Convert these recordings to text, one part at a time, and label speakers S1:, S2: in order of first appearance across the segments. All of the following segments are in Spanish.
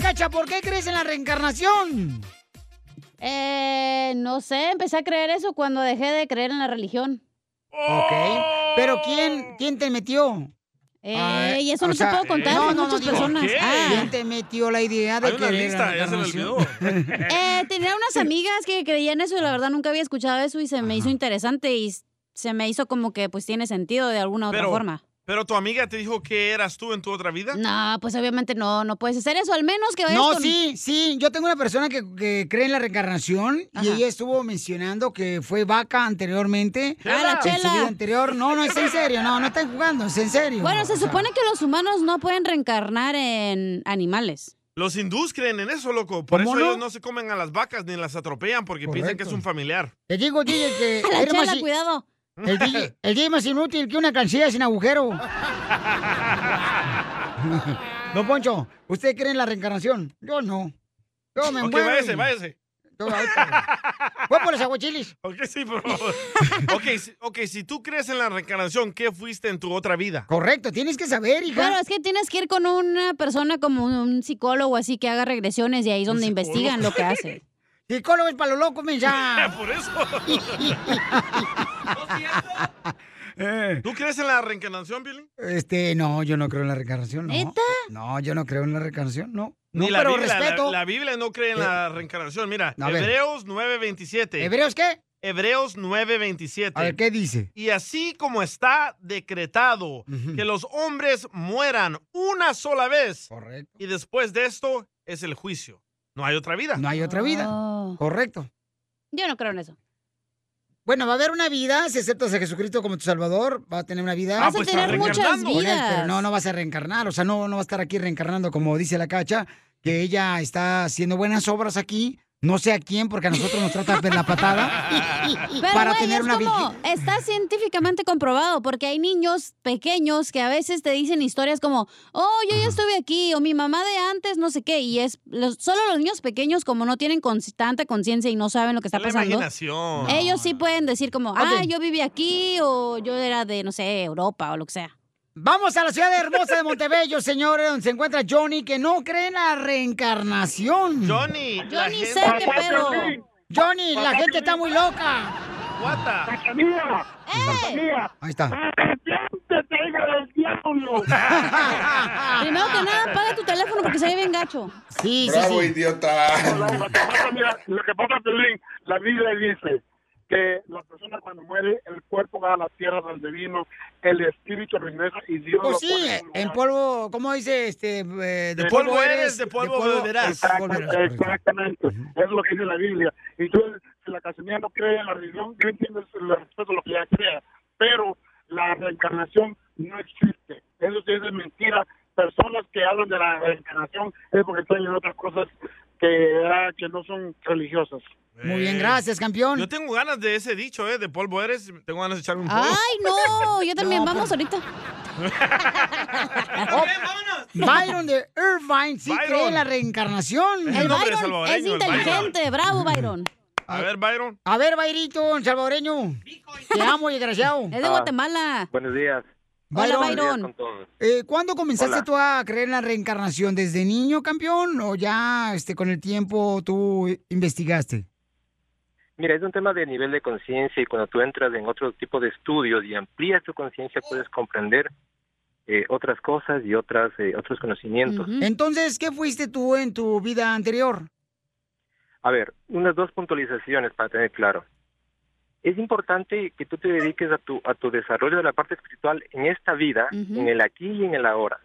S1: Cacha, ¿por qué crees en la reencarnación?
S2: Eh, no sé, empecé a creer eso cuando dejé de creer en la religión.
S1: Ok. Pero ¿quién, quién te metió?
S2: Oh.
S1: Ah,
S2: Eh, y eso no te puedo contar, son muchas
S1: digo,
S2: personas. Ah.
S1: ¿Quién te metió la idea de
S3: Hay una
S1: querer
S3: lista, ya se me
S1: reencarnación?
S3: olvidó.
S2: Eh, tenía unas amigas que creían eso y la verdad nunca había escuchado eso y se me hizo interesante y s- se me hizo como que pues tiene sentido de alguna u otra
S3: Pero-
S2: forma.
S3: Pero tu amiga te dijo que eras tú en tu otra vida.
S2: No, pues obviamente no, no puedes hacer eso, al menos que vayas
S1: No,
S2: con-
S1: sí, sí. Yo tengo una persona que, que cree en la reencarnación y ella estuvo mencionando que fue vaca anteriormente.
S2: Ah, la
S1: En su
S2: Chela.
S1: vida anterior. No, no, es en serio. No, no están jugando, es en serio.
S2: Bueno, se supone que los humanos no pueden reencarnar en animales.
S3: Los hindús creen en eso, loco. Por
S2: ¿Cómo
S3: eso
S2: no?
S3: ellos no se comen a las vacas ni las atropellan porque piensan que es un familiar.
S1: Te digo, DJ, que...
S2: La
S1: eres más
S2: Chela,
S1: i-
S2: cuidado.
S1: El DJ, el DJ más inútil que una cancilla sin agujero. Don Poncho, ¿usted cree en la reencarnación? Yo no. Yo me
S3: ok,
S1: muero.
S3: váyase,
S1: y-
S3: váyase.
S1: Yo- Voy por los aguachiles.
S3: Ok, sí, por favor. ok, si, ok, si tú crees en la reencarnación, ¿qué fuiste en tu otra vida?
S1: Correcto, tienes que saber, hija.
S2: Claro, es que tienes que ir con una persona como un psicólogo así que haga regresiones y ahí es donde investigan lo que hace.
S1: Psicólogo es para los locos, men, ya.
S3: por eso. ¿Tú crees en la reencarnación, Billy?
S1: Eh. Este, no, yo no creo en la reencarnación, no.
S3: ¿Neta?
S1: No, yo no creo en la reencarnación, no. No,
S3: Ni la
S1: pero
S3: Biblia, la-
S1: respeto.
S3: La, Biblia no cree en la reencarnación. Mira,
S1: Eh, A ver.
S3: Hebreos 9:27.
S1: ¿Hebreos qué?
S3: Hebreos 9:27.
S1: A ver, ¿qué dice?
S3: Y así como está decretado que los hombres mueran una sola vez.
S1: Correcto.
S3: Y después de esto es el juicio. No hay otra vida.
S1: No hay otra vida.
S2: Oh.
S1: Correcto.
S2: Yo no creo en eso.
S1: Bueno, va a haber una vida, si aceptas a Jesucristo como tu Salvador, va a tener una vida.
S2: Vas a Ah, pues está tener muchas
S1: Con él,
S2: vidas.
S1: pero no, no vas a reencarnar, o sea, no, no va a estar aquí reencarnando, como dice la cacha, que ella está haciendo buenas obras aquí, no sé a quién, porque a nosotros nos trata de la patada,
S2: Pero,
S1: para
S2: güey,
S1: tener
S2: es
S1: una vida.
S2: como- Está científicamente comprobado porque hay niños pequeños que a veces te dicen historias como, oh, yo ya estuve aquí, o mi mamá de antes, no sé qué, y es los- solo los niños pequeños como no tienen cons- tanta conciencia y no saben lo que está
S3: La
S2: pasando.
S3: imaginación.
S2: Ellos sí pueden decir como, ah,
S1: Ok.
S2: yo viví aquí o yo era de, no sé, Europa o lo que sea.
S1: Vamos a la ciudad hermosa de Montebello, señores, donde se encuentra Johnny, que no cree en la reencarnación.
S3: Johnny, la
S2: Johnny,
S3: gente-
S2: sé qué pedo.
S1: Johnny, la gente está muy loca.
S3: Guata.
S2: ¡Eh!
S1: Ahí está.
S2: Primero que nada, paga tu teléfono porque se ve bien gacho.
S1: Sí,
S4: Bravo,
S1: sí, sí.
S4: idiota.
S5: Lo que pasa, mira, lo que pasa, Piolín, la Biblia dice que la persona cuando muere, el cuerpo va a la tierra donde vino, el espíritu regresa y Dios
S1: Pues
S5: lo
S1: sí,
S5: pone en un
S1: en
S5: lugar.
S1: polvo, ¿cómo dice? Este, eh, de
S5: De
S1: polvo,
S5: polvo
S1: eres,
S5: eres, de polvo
S3: volverás.
S1: polvo volverás,
S5: Exacta-
S1: correcto.
S5: Exactamente, es lo que dice la Biblia. Y tú, si la casanía no cree en la religión, yo entiendo el respeto a lo que ella crea, pero la reencarnación no existe. Eso sí es mentira. Personas que hablan de la reencarnación es porque creen en otras cosas que, ah, que no son religiosas.
S1: Muy bien, gracias, campeón.
S3: Yo tengo ganas de ese dicho, ¿eh? De polvo eres. Tengo ganas de echarme un polvo.
S1: Ah.
S2: Ay, no, yo también, vamos
S1: pues,
S2: ahorita.
S1: Byron de Irvine sí
S3: Byron.
S1: cree en la reencarnación.
S3: Es un
S2: El
S3: nombre
S2: Byron es
S3: salvadoreño, el Byron.
S2: inteligente, bravo Byron.
S3: A ver, Byron.
S1: A ver, Bairito, el salvadoreño. Te amo, desgraciado.
S2: Es de Guatemala.
S6: Buenos días.
S2: Hola,
S1: Byron,
S2: Byron.
S1: eh, ¿cuándo comenzaste
S6: Hola.
S1: tú a creer en la reencarnación? ¿Desde niño, campeón? ¿O ya este, con el tiempo tú investigaste?
S6: Mira, es un tema de nivel de conciencia y cuando tú entras en otro tipo de estudios y amplías tu conciencia puedes comprender eh, otras cosas y otras eh, otros conocimientos.
S1: Entonces, ¿qué fuiste tú en tu vida anterior?
S6: A ver, unas dos puntualizaciones para tener claro. Es importante que tú te dediques a tu, a tu desarrollo de la parte espiritual en esta vida,
S2: Ujú.
S6: en el aquí y en el ahora.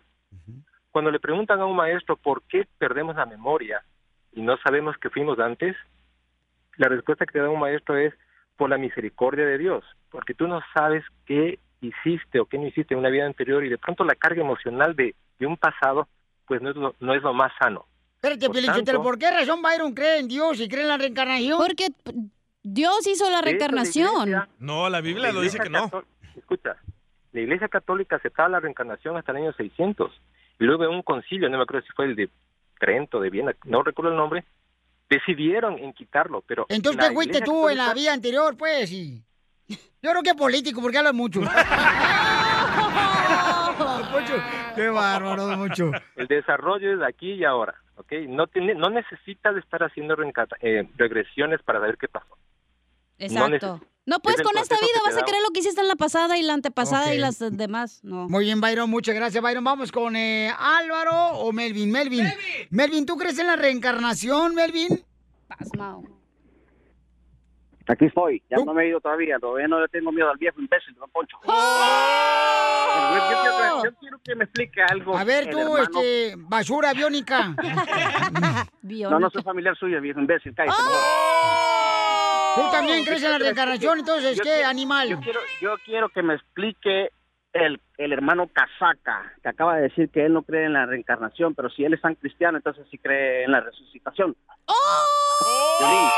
S6: Cuando le preguntan a un maestro por qué perdemos la memoria y no sabemos que fuimos antes, la respuesta que te da un maestro es por la misericordia de Dios, porque tú no sabes qué hiciste o qué no hiciste en una vida anterior y de pronto la carga emocional de, de un pasado pues no es lo, no es lo más sano.
S1: Espérate,
S6: Por
S1: Pelichotero,
S6: tanto-
S1: ¿por qué razón Byron cree en Dios y cree en la reencarnación?
S2: Porque p- Dios hizo la
S6: De hecho, la
S2: reencarnación.
S6: iglesia-
S3: No, la Biblia lo dice que no.
S6: cató- Escucha, la Iglesia Católica aceptaba la reencarnación hasta el año 600. Y luego en un concilio, no me acuerdo si fue el de Trento, de Viena, no recuerdo el nombre, decidieron en quitarlo, pero...
S1: Entonces,
S6: la
S1: ¿qué fuiste
S6: Iglesia
S1: tú en la
S6: Católica-
S1: vida anterior, pues? Y... Yo creo que político, porque hablas mucho. Don Poncho, qué bárbaro, Don Poncho.
S6: El desarrollo es aquí y ahora, ¿ok? No, tiene, no necesitas estar haciendo reenca- eh, regresiones para saber qué pasó.
S2: Exacto.
S6: neces-
S2: No, pues
S6: es el
S2: con esta
S6: consejo
S2: vida
S6: que
S2: vas
S6: te
S2: a creer lo que hiciste en la pasada y la antepasada y
S1: Ok.
S2: las demás. No.
S1: Muy bien, Byron, muchas gracias, Byron. Vamos con eh, Álvaro o Melvin. Melvin. Melvin. ¿tú crees en la reencarnación, Melvin?
S2: Pasmao.
S4: Aquí estoy, ya no me he ido todavía, todavía no le tengo miedo al viejo imbécil, don Poncho.
S1: ¡Oh!
S6: Yo, yo quiero, yo quiero que me explique algo.
S1: A ver,
S4: El
S1: tú,
S4: hermano-
S1: este, basura biónica.
S4: No, no soy familiar suyo, viejo imbécil, cállate.
S1: ¿Tú también crees en la reencarnación? Entonces,
S4: Yo
S1: ¿qué
S4: quiero- Yo
S1: animal?
S4: quiero, yo quiero que me explique el, el hermano Casaca, que acaba de decir que él no cree en la reencarnación, pero si él es tan cristiano, entonces sí cree en la resucitación. Violín.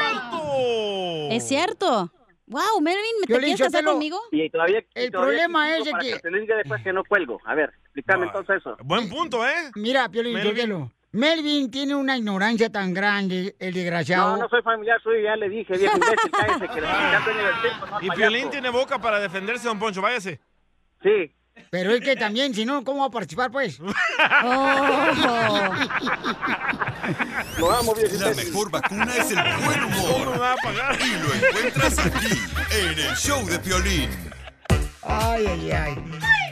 S3: ¡Cierto!
S2: Es cierto. Wow, Melvin, ¿me te
S1: Violín,
S2: quieres
S1: yo
S2: casar
S1: te lo-
S2: conmigo?
S4: Y todavía, y
S1: El
S4: todavía
S1: problema
S4: critico
S1: es de
S4: para
S1: que-
S4: que se le diga después que no cuelgo. A ver, explícame
S3: Vale.
S4: entonces eso.
S3: Buen punto, ¿eh?
S1: Mira, Piolín,
S3: Melvin.
S1: Melvin. Melvin tiene una ignorancia tan grande, el desgraciado.
S4: No, no soy familiar suyo, ya le dije, viejo imbécil, cállese, que le ya dueño del tiempo, pues, no al
S3: Ah. Y
S4: payaso.
S3: Piolín tiene boca para defenderse, don Poncho, váyase.
S4: Sí,
S1: Pero es que también, si no, ¿cómo va a participar, pues?
S2: Oh.
S4: lo vamos viejo
S7: La
S4: imbécil.
S7: mejor vacuna es el buen
S3: ¿Cómo me
S7: humor.
S3: va a pagar?
S7: Y lo encuentras aquí, en el show de Piolín.
S1: Ay, ay, ay.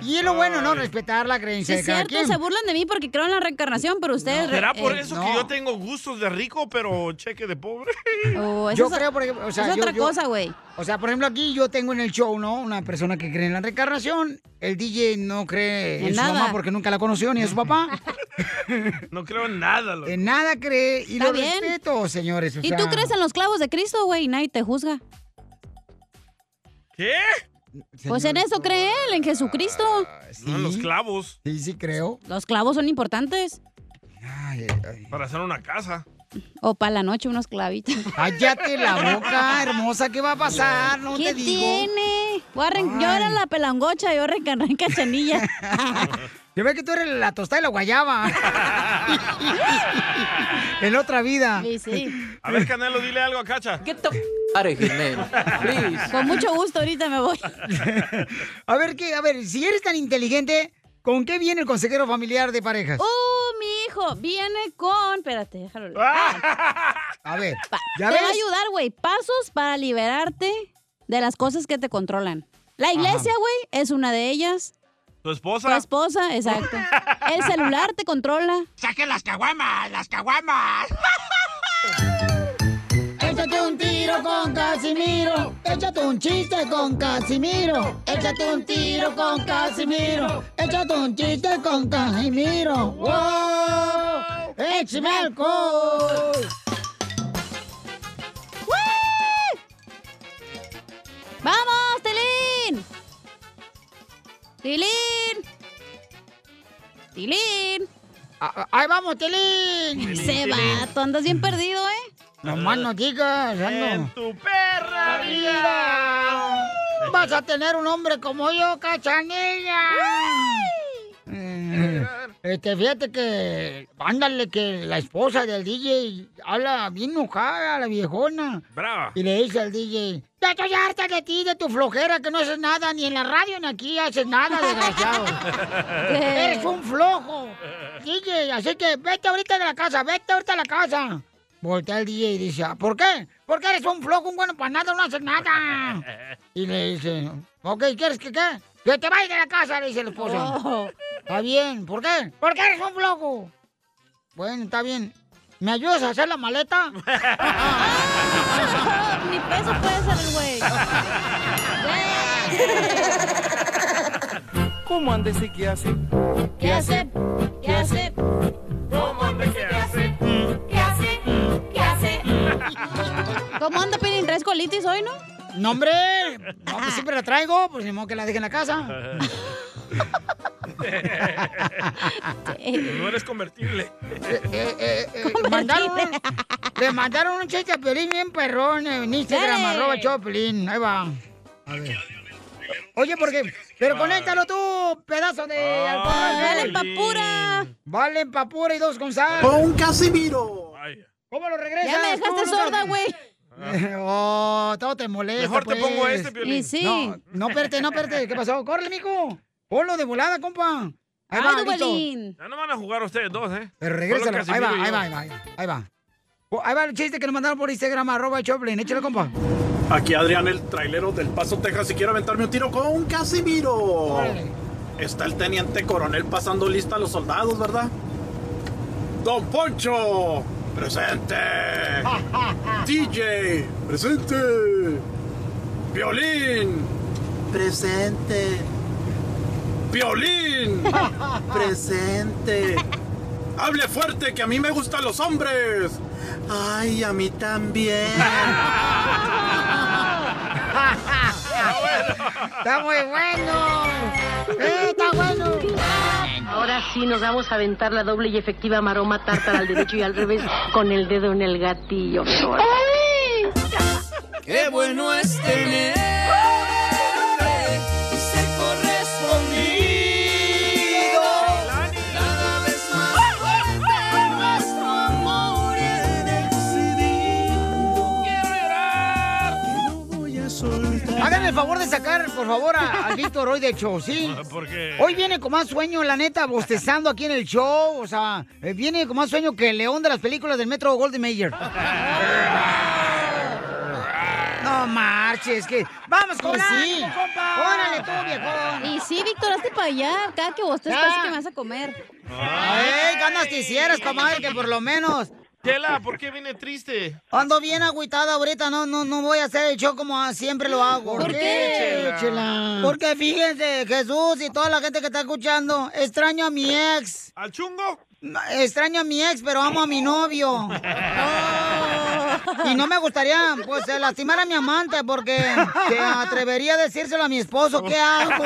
S1: Y es lo bueno, ¿no? Respetar la creencia
S2: Es
S1: de cada
S2: cierto,
S1: quien.
S2: se burlan de mí porque creo en la reencarnación, pero ustedes... re-
S3: ¿Será por
S2: eh,
S3: eso
S1: no.
S3: que yo tengo gustos de rico, pero cheque de pobre?
S2: oh, eso
S1: Yo
S2: es-
S1: creo, por ejemplo, o sea,
S2: es
S1: yo-
S2: otra
S1: yo-
S2: cosa, güey.
S1: O sea, por ejemplo, aquí yo tengo en el show, ¿no? Una persona que cree en la reencarnación. El DJ no cree en,
S2: En
S1: su
S2: nada.
S1: mamá porque nunca la conoció ni a su papá.
S3: No creo en nada. loco.
S1: en nada cree y
S2: Está
S1: lo
S2: bien.
S1: respeto, señores. o
S2: ¿Y
S1: sea,
S2: tú crees en los clavos de Cristo, güey? y Nadie te juzga.
S3: ¿Qué?
S2: Pues en
S1: señores,
S2: eso cree él, en Jesucristo.
S3: No, en los
S1: sí,
S3: clavos
S1: sí, sí creo.
S2: Los clavos son importantes.
S1: Ay, ay.
S3: para hacer una casa.
S2: O para la noche unos clavitos.
S1: Cállate la boca, hermosa. ¿Qué va a pasar? No
S2: ¿Qué
S1: te digo.
S2: tiene? Voy a reen- Yo
S1: Ay.
S2: era la pelangocha, yo reencarné en cachanilla.
S1: Yo veo que tú eres la tostada y la guayaba. en otra vida.
S2: sí, sí.
S3: A ver, Canelo, dile algo a Cacha.
S2: ¿Qué to- Con mucho gusto ahorita me voy.
S1: A ver, ¿qué? A ver, si eres tan inteligente, ¿con qué viene el consejero familiar de parejas?
S2: Uh, mi hijo viene con... Espérate, déjalo.
S1: A ver,
S2: Pa-
S1: Ah, ¿ya
S2: te
S1: ves?
S2: va a ayudar, güey. Pasos para liberarte de las cosas que te controlan. La iglesia, güey, es una de ellas.
S3: ¿Tu
S2: Tu
S3: esposa?
S2: esposa, exacto. El celular te controla.
S1: Échate un tiro con Casimiro. Échate un chiste con Casimiro. Échate un tiro con Casimiro. Échate un chiste con Casimiro. ¡Wow! ¡Échame alcohol!
S2: ¡Woo! ¡Vamos, Tilín! ¡Tilín! ¡Tilín!
S1: Ah, ah, ¡Ahí vamos, Telín!
S2: Se va, tú andas bien perdido, ¿eh?
S1: Nomás no digas,
S3: En
S1: ando.
S3: tu perra vida.
S1: Mira, Vas a tener un hombre como yo, cachanilla. Eh, Este, fíjate que, ándale, que la esposa del DJ habla bien enojada, la viejona.
S3: Brava.
S1: Y le dice al DJ, ya estoy harta de ti, de tu flojera, que no haces nada, ni en la radio ni aquí haces nada, desgraciado. Eres un flojo. DJ, así que vete ahorita de la casa, vete ahorita de la casa. Voltea el DJ y dice, "Ah, ¿por qué? Porque eres un flojo, un bueno para nada, no haces nada. Y le dice, ok, ¿quieres que qué? Que te vayas de la casa, le dice la esposa.
S2: Oh.
S1: Está bien, ¿por qué? Porque eres un flojo. Bueno, está bien. ¿Me ayudas a hacer la maleta?
S2: Ni peso puede ser el güey.
S8: ¿Cómo andes y qué hace?
S2: ¿Qué hace? ¿Qué hace? ¿Cómo anda, Pilín? ¿Traes colitis hoy, no?
S1: No, hombre. No, pues siempre la traigo, pues ni modo que la deje en la casa.
S2: Sí.
S3: No eres convertible.
S1: Eh, eh, eh, eh, mandaron un- le mandaron un chiste a Pelín bien perrón en Instagram,
S2: Dale.
S1: arroba el show de Piolín. Ahí va. A ver. Oye, porque. Pero conéctalo tú, pedazo de alcohol.
S2: Dale
S3: Piolín.
S2: pa' pura.
S1: Valen Papura y dos González.
S8: ¡Con Casimiro!
S3: Vaya.
S1: ¿Cómo lo regresas?
S2: Ya me
S1: tú,
S2: dejaste
S1: Lucas?
S2: sorda, güey.
S1: Oh, todo te molesta.
S3: Mejor te
S1: pues.
S3: pongo este, Piolín. Y sí.
S1: No, no, espérate, no, espérate. ¿Qué pasó? ¡Córrele, mico! Ponlo de volada, compa. Ahí va, listo.
S3: Ya no van a jugar ustedes dos, ¿eh?
S1: Pero regrésalo.
S3: Solo
S1: Ahí va,
S3: Casimiro y
S1: ahí
S3: yo.
S1: va, ahí va. Ahí va. Ahí va. Oh, ahí va el chiste que nos mandaron por Instagram, arroba Choplin. Échale, compa.
S8: Aquí Adrián, el trailero del Paso, Texas, y quiero aventarme un tiro con Casimiro. Está el teniente coronel pasando lista a los soldados, ¿verdad? Don Poncho, presente. DJ, presente. Violín, presente. Violín, presente. Hable fuerte, que a mí me gustan los hombres. Ay, a mí también.
S1: Está muy bueno. Eh, está bueno.
S9: Ahora sí nos vamos a aventar la doble y efectiva maroma tártara al derecho y al revés con el dedo en el gatillo.
S10: Qué bueno es tener y ser correspondido. Cada vez más fuerte nuestro amor decidido. Quiero llorar. Que no voy a soltar.
S1: Háganle el favor de sacar, por favor, a, a Víctor hoy de show, ¿sí?
S3: Porque
S1: Hoy viene con más sueño, la neta, bostezando aquí en el show. O sea, eh, viene con más sueño que el león de las películas del Metro Golden Mayer. No marches, que. ¡Vamos con Pues sí! ¡Órale tú, viejón!
S2: Y sí, Víctor, hazte para allá. Cada que vos te
S1: Ya.
S2: parece que me vas a comer.
S1: ¡Ay, ganas te hicieras, comadre, que por lo menos!
S3: Chela, ¿por qué viene triste?
S1: Ando bien agüitada ahorita, no, no, no voy a hacer el show como ah, siempre lo hago.
S3: ¿Por qué, Chela?
S1: Porque fíjense, Jesús y toda la gente que está escuchando, extraño a mi ex.
S3: ¿Al chungo?
S1: Extraño a mi ex, pero amo a mi novio. Y no me gustaría, pues, eh, lastimar a mi amante porque se atrevería a decírselo a mi esposo. ¿Qué hago?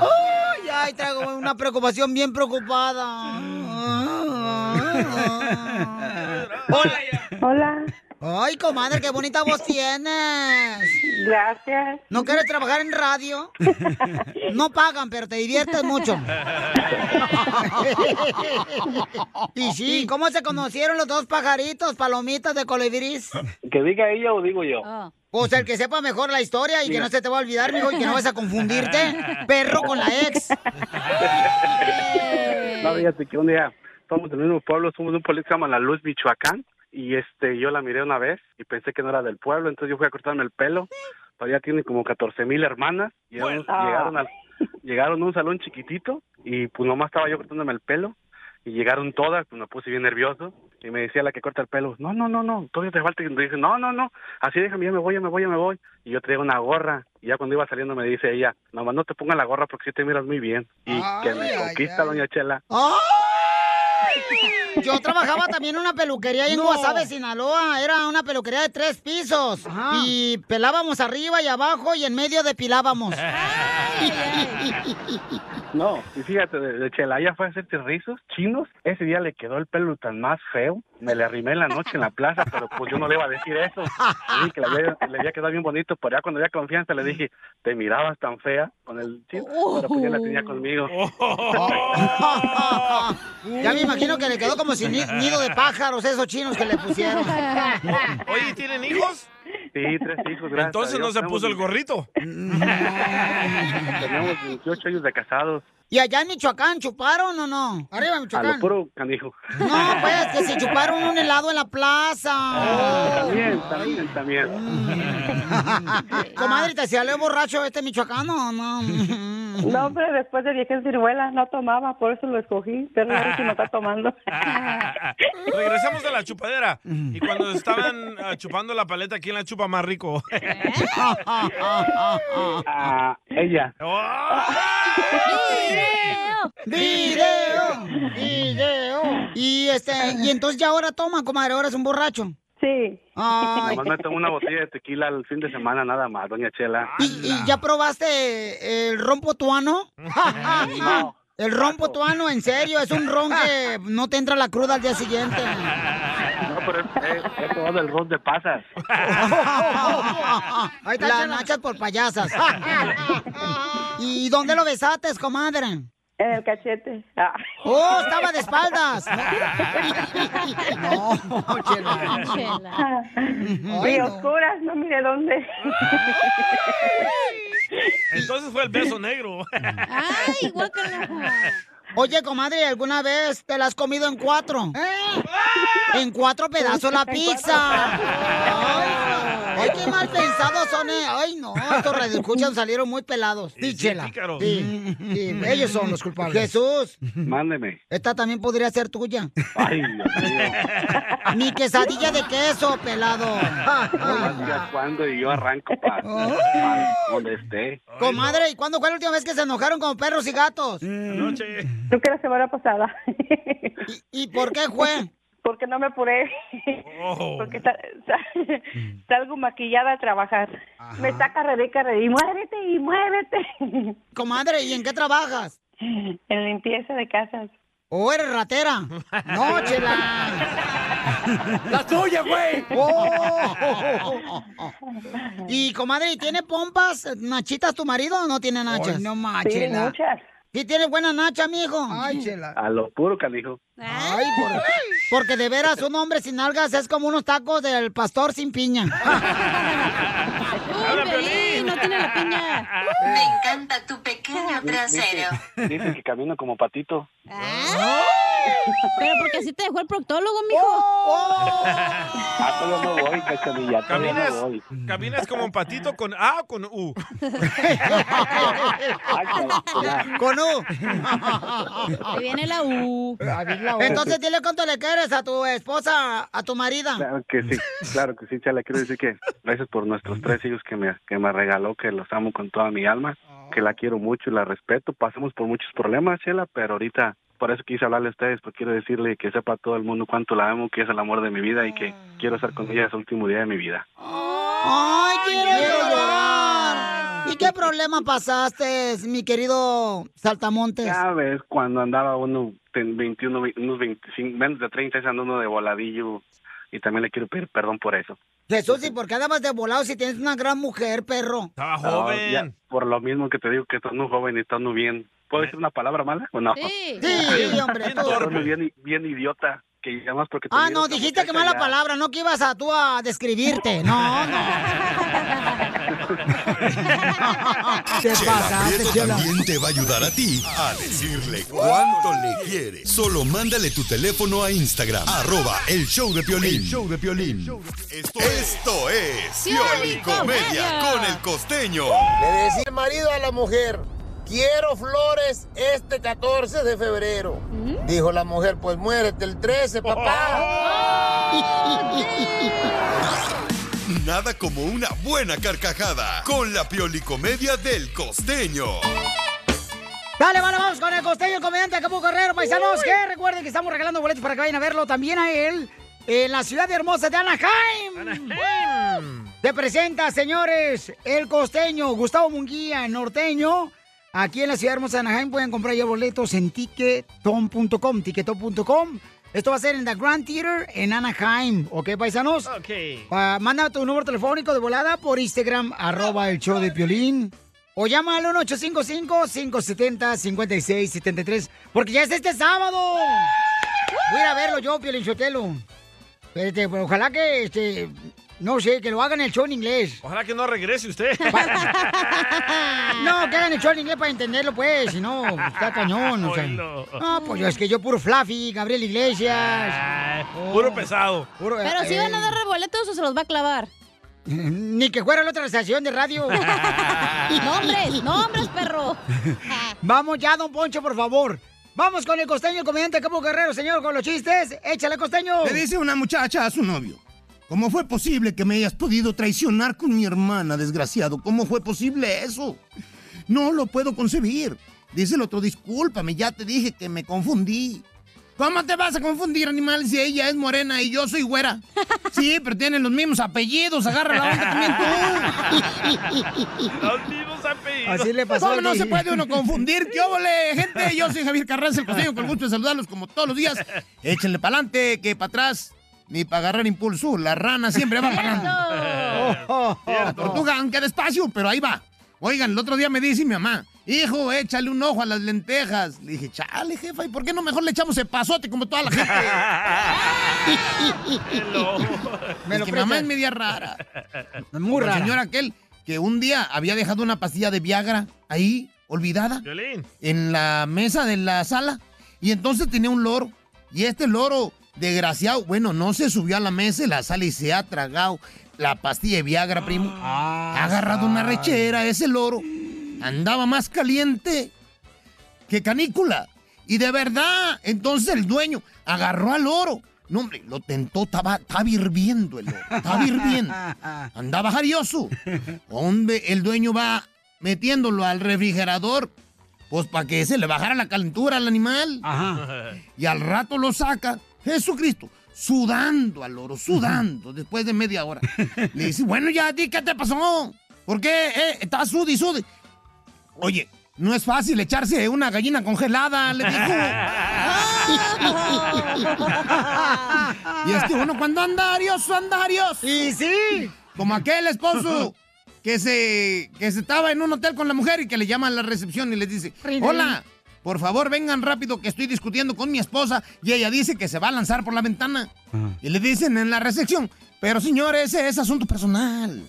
S1: Ay, ay, traigo una preocupación bien preocupada. Hola.
S11: Hola.
S1: Ay, comadre, qué bonita voz tienes.
S11: Gracias.
S1: ¿No quieres trabajar en radio? No pagan, pero te diviertes mucho. Y sí, ¿cómo se conocieron los dos pajaritos, palomitas de colibris?
S4: Que diga ella o digo
S3: Ah.
S4: yo.
S1: Pues el que sepa mejor la historia y que
S4: Mira.
S1: no se te va a olvidar, mijo, y que no vas a confundirte, perro con la ex.
S4: No, fíjate que un día somos del mismo pueblo, somos de un pueblo que se llama La Luz, Michoacán. Y este, yo la miré una vez y pensé que no era del pueblo, entonces yo fui a cortarme el pelo. Todavía tiene como 14 mil hermanas. Y ellos
S11: Ah.
S4: llegaron, al- llegaron a un salón chiquitito y pues nomás estaba yo cortándome el pelo. Y llegaron todas, pues me puse bien nervioso. Y me decía la que corta el pelo, no, no, no, no, todavía te falta. Y me dice, no, no, no, así déjame, ya me voy, ya me voy, ya me voy. Y yo traía una gorra. Y ya cuando iba saliendo me dice ella, nomás no te pongas la gorra porque si te miras muy bien. Y que
S1: Ay,
S4: me
S1: ay,
S4: conquista, doña Chela.
S1: ¡Ay! Yo trabajaba también en una peluquería ahí en
S11: No.
S1: Guasave, Sinaloa. Era una peluquería de tres pisos. Y pelábamos arriba y abajo y en medio depilábamos.
S4: No, y fíjate, de, de Chelaya fue a hacerte rizos chinos. Ese día le quedó el pelo tan más feo. Me le arrimé en la noche en la plaza, pero pues yo no le iba a decir eso. Le dije que le había, le había quedado bien bonito, pero ya cuando había confianza le dije, te mirabas tan fea con el chino, pero pues ya la tenía conmigo.
S1: Ah, ya me imagino que le quedó como si ni- nido de pájaros esos chinos que le pusieron.
S3: Oye, ¿tienen hijos?
S4: Sí, tres hijos, gracias.
S3: Entonces no se puso el gorrito.
S4: Teníamos 28 años de casados.
S1: ¿Y allá en Michoacán chuparon o no? Arriba
S4: A lo
S1: Michoacán.
S4: puro canijo.
S1: No, pues, que se chuparon un helado en la
S4: Ah.
S1: plaza.
S4: También, también, también.
S3: Mm.
S1: Comadre, ¿te salió borracho este michoacano o no?
S11: No, pero después de viajes ciruelas no tomaba, por eso lo escogí, pero ahora sí me está tomando.
S3: Regresamos de la chupadera. Y cuando estaban ah, chupando la paleta, ¿quién la chupa más rico?
S4: Ah, ella.
S1: ¡Video! ¡Video! Y este, y entonces ya ahora toma, comadre, ahora es un borracho.
S11: Sí.
S1: Ay,
S4: Nomás me tomo una botella de tequila al fin de semana, nada más, doña Chela.
S1: Ah, ¿Y ya probaste el rompo tuano?
S4: No.
S1: El rompo tuano, en serio, es un ron que no te entra la cruda al día siguiente.
S4: No, pero es, es, es todo el ron de pasas.
S1: Las nachas por payasas. ¿Y dónde lo besaste, comadre?
S11: En el cachete. Ah.
S1: ¡Oh, estaba de espaldas! No, chela.
S11: Chela. Y oscuras, no mire dónde.
S3: Entonces fue el beso negro.
S1: ¡Ay, Oye, comadre, ¿alguna vez te la has comido en cuatro? En cuatro pedazos la pizza. Ay, ay, qué mal pensados son, eh. Ay, no, estos radioescuchas salieron muy pelados. Sí, chela. Sí, sí, ellos son los culpables. Jesús,
S4: Mándeme.
S1: esta también podría ser tuya.
S4: Ay, Dios mío.
S1: Mi quesadilla de queso, pelado.
S4: Nomás digas cuándo y yo arranco para
S1: Oh.
S4: donde esté.
S1: Comadre, ¿y cuándo fue la última vez que se enojaron como perros y gatos?
S3: Anoche.
S11: Creo que la semana pasada.
S1: ¿Y, por qué fue?
S11: Porque no me apuré.
S3: Oh.
S11: Porque sa- sa- salgo maquillada a trabajar. Me está carreré, carreré. Y muévete, y muévete.
S1: Comadre, ¿y en qué trabajas?
S11: En limpieza de casas.
S1: ¿O eres ratera? No, chela.
S10: ¡La tuya, güey!
S1: Oh. Y comadre, ¿y ¿tiene pompas, nachitas tu marido o no tiene nachas?
S4: Ay,
S1: no
S4: Sí, chela.
S1: muchas. ¿Sí tiene buena nacha, mijo? Ay, chela.
S4: A lo puro, canijo.
S1: Ay, por- porque de veras un hombre sin algas es como unos tacos del pastor sin piña.
S10: ¡Habla, Piolín!
S1: no tiene la piña.
S9: Me encanta tu pequeño
S4: Dice,
S9: trasero.
S4: dice que camino como patito.
S2: Pero porque así te dejó el proctólogo, mijo.
S4: A todo no voy, cachanilla. a todo
S3: Caminas,
S4: no voy.
S3: caminas como un patito con A o con U.
S1: Con U.
S2: Ahí viene la U.
S1: Ah. Entonces dile cuánto le quieres a tu esposa, a tu marida.
S4: Claro que sí, claro que sí, Chala. Quiero decir que gracias por nuestros tres hijos que me, que me regaló, que los amo con toda mi alma, que la quiero mucho y la respeto. Pasamos por muchos problemas, Chela, pero ahorita por eso quise hablarle a ustedes, porque quiero decirle que sepa todo el mundo cuánto la amo, que es el amor de mi vida y que quiero estar con ella hasta el último día de mi vida.
S1: ¡Ay, quiero llorar! ¿Y qué problema pasaste, mi querido Saltamontes?
S4: Ya ves, cuando andaba uno ten- 21, ve- unos 25, menos de 30, es uno de voladillo y también le quiero pedir perdón por eso.
S1: Jesús, ¿y por qué andabas de volado si tienes una gran mujer, perro?
S3: Estaba
S4: No, Ah, ya, por lo mismo que te digo que estás muy joven y estás muy bien. ¿Puedo decir una palabra mala o no?
S1: Sí, sí, hombre, tú.
S4: Estás muy bien, bien idiota. Que ya más porque te
S1: Ah,
S4: miro
S1: no,
S4: esa
S1: dijiste que
S4: muchacha
S1: mala
S4: ya.
S1: palabra, no que ibas a tú a describirte. No, no. Te pasaste,
S7: Esto
S1: chela.
S7: también te va a ayudar a ti a decirle cuánto le quieres. Solo mándale tu teléfono a Instagram, arroba el show de Piolín. show de Piolín. Esto, esto es Pioli Comedia con el costeño.
S12: Le decía el marido a la mujer, quiero flores este 14 de febrero. Dijo la mujer, pues muérete el 13, papá.
S7: Nada como una buena carcajada con la Pioli Comedia del costeño.
S1: Dale, vale, vamos con el costeño, el comediante Capu Correro, paisanos, que recuerden que estamos regalando boletos para que vayan a verlo también a él en la ciudad hermosa de Anaheim. Se presenta, señores, el costeño, Gustavo Munguía, el norteño. Aquí en la ciudad hermosa de Anaheim pueden comprar ya boletos en ticketon.com, ticketon.com. Esto va a ser en The Grand Theater en Anaheim, ¿ok, paisanos?
S3: Ok.
S1: Ah, manda tu número telefónico de volada por Instagram, arroba el show de Piolín. O llama al 1-855-570-5673, porque ya es este sábado. Voy a ir a verlo yo, Piolín Sotelo. Este, pero ojalá que, este, no sé, que lo hagan el show en inglés.
S3: Ojalá que no regrese usted.
S1: No, que hagan el show en inglés para entenderlo, pues, si no, está cañón, o sea.
S3: Oílo.
S1: No, pues yo, es que yo puro Fluffy, Gabriel Iglesias. Oh.
S3: Puro pesado.
S1: Puro-
S2: Pero si van a
S1: eh,
S2: dar boletos o se los va a clavar.
S1: Ni que fuera la otra estación de radio.
S2: Nombres, nombres, perro.
S1: Vamos ya, don Poncho, por favor. Vamos con el costeño, el comediante Capo Guerrero, señor, con los chistes. Échale, costeño.
S13: Le dice una muchacha a su novio. ¿Cómo fue posible que me hayas podido traicionar con mi hermana, desgraciado? ¿Cómo fue posible eso? No lo puedo concebir. Dice el otro, discúlpame, ya te dije que me confundí. ¿Cómo te vas a confundir, animal, si ella es morena y yo soy güera? Sí, pero tienen los mismos apellidos, agarra la onda también tú.
S3: Los mismos apellidos.
S1: Así le pasó
S13: ¿Cómo
S1: a
S13: no
S1: ti?
S13: se puede uno confundir? ¿Qué óvole, gente? Yo soy Javier Carranza, el costeño, con el gusto de saludarlos como todos los días. Échenle para adelante, que para atrás, ni para agarrar impulso. La rana siempre va para adelante.
S1: La
S13: tortuga, aunque despacio, pero ahí va. Oigan, el otro día me dice mi mamá, hijo, échale un ojo a las lentejas. Le dije, chale, jefa, ¿y por qué no mejor le echamos epazote como toda la gente?
S1: Me lo
S13: es que mamá
S1: prestas.
S13: es media rara.
S1: Muy
S13: Como el
S1: rara.
S13: señor aquel que un día había dejado una pastilla de Viagra ahí, olvidada, en la mesa de la sala. Y entonces tenía un loro. Y este loro, desgraciado, bueno, no se subió a la mesa de la sala y se ha tragado la pastilla de Viagra, primo. ha agarrado una rechera ese loro. Andaba más caliente que canícula. Y de verdad, entonces el dueño agarró al oro. No, hombre, lo tentó, estaba, estaba hirviendo el oro, estaba hirviendo.
S1: Ah.
S13: Andaba jarioso. Hombre, el dueño va metiéndolo al refrigerador, pues para que se le bajara la calentura al animal. Y al rato lo saca Jesucristo, sudando al oro, sudando, después de media hora. Le dice, bueno, ya a ti, ¿qué te pasó? ¿Por qué eh, estás sudi, sudi? Oye, no es fácil echarse una gallina congelada, le dijo. y es que uno cuando anda arioso, anda arioso. Y sí. Como aquel esposo que se, que se estaba en un hotel con la mujer y que le llama a la recepción y le dice, hola, por favor vengan rápido que estoy discutiendo con mi esposa y ella dice que se va a lanzar por la ventana. Y le dicen en la recepción, pero señor, ese es asunto personal.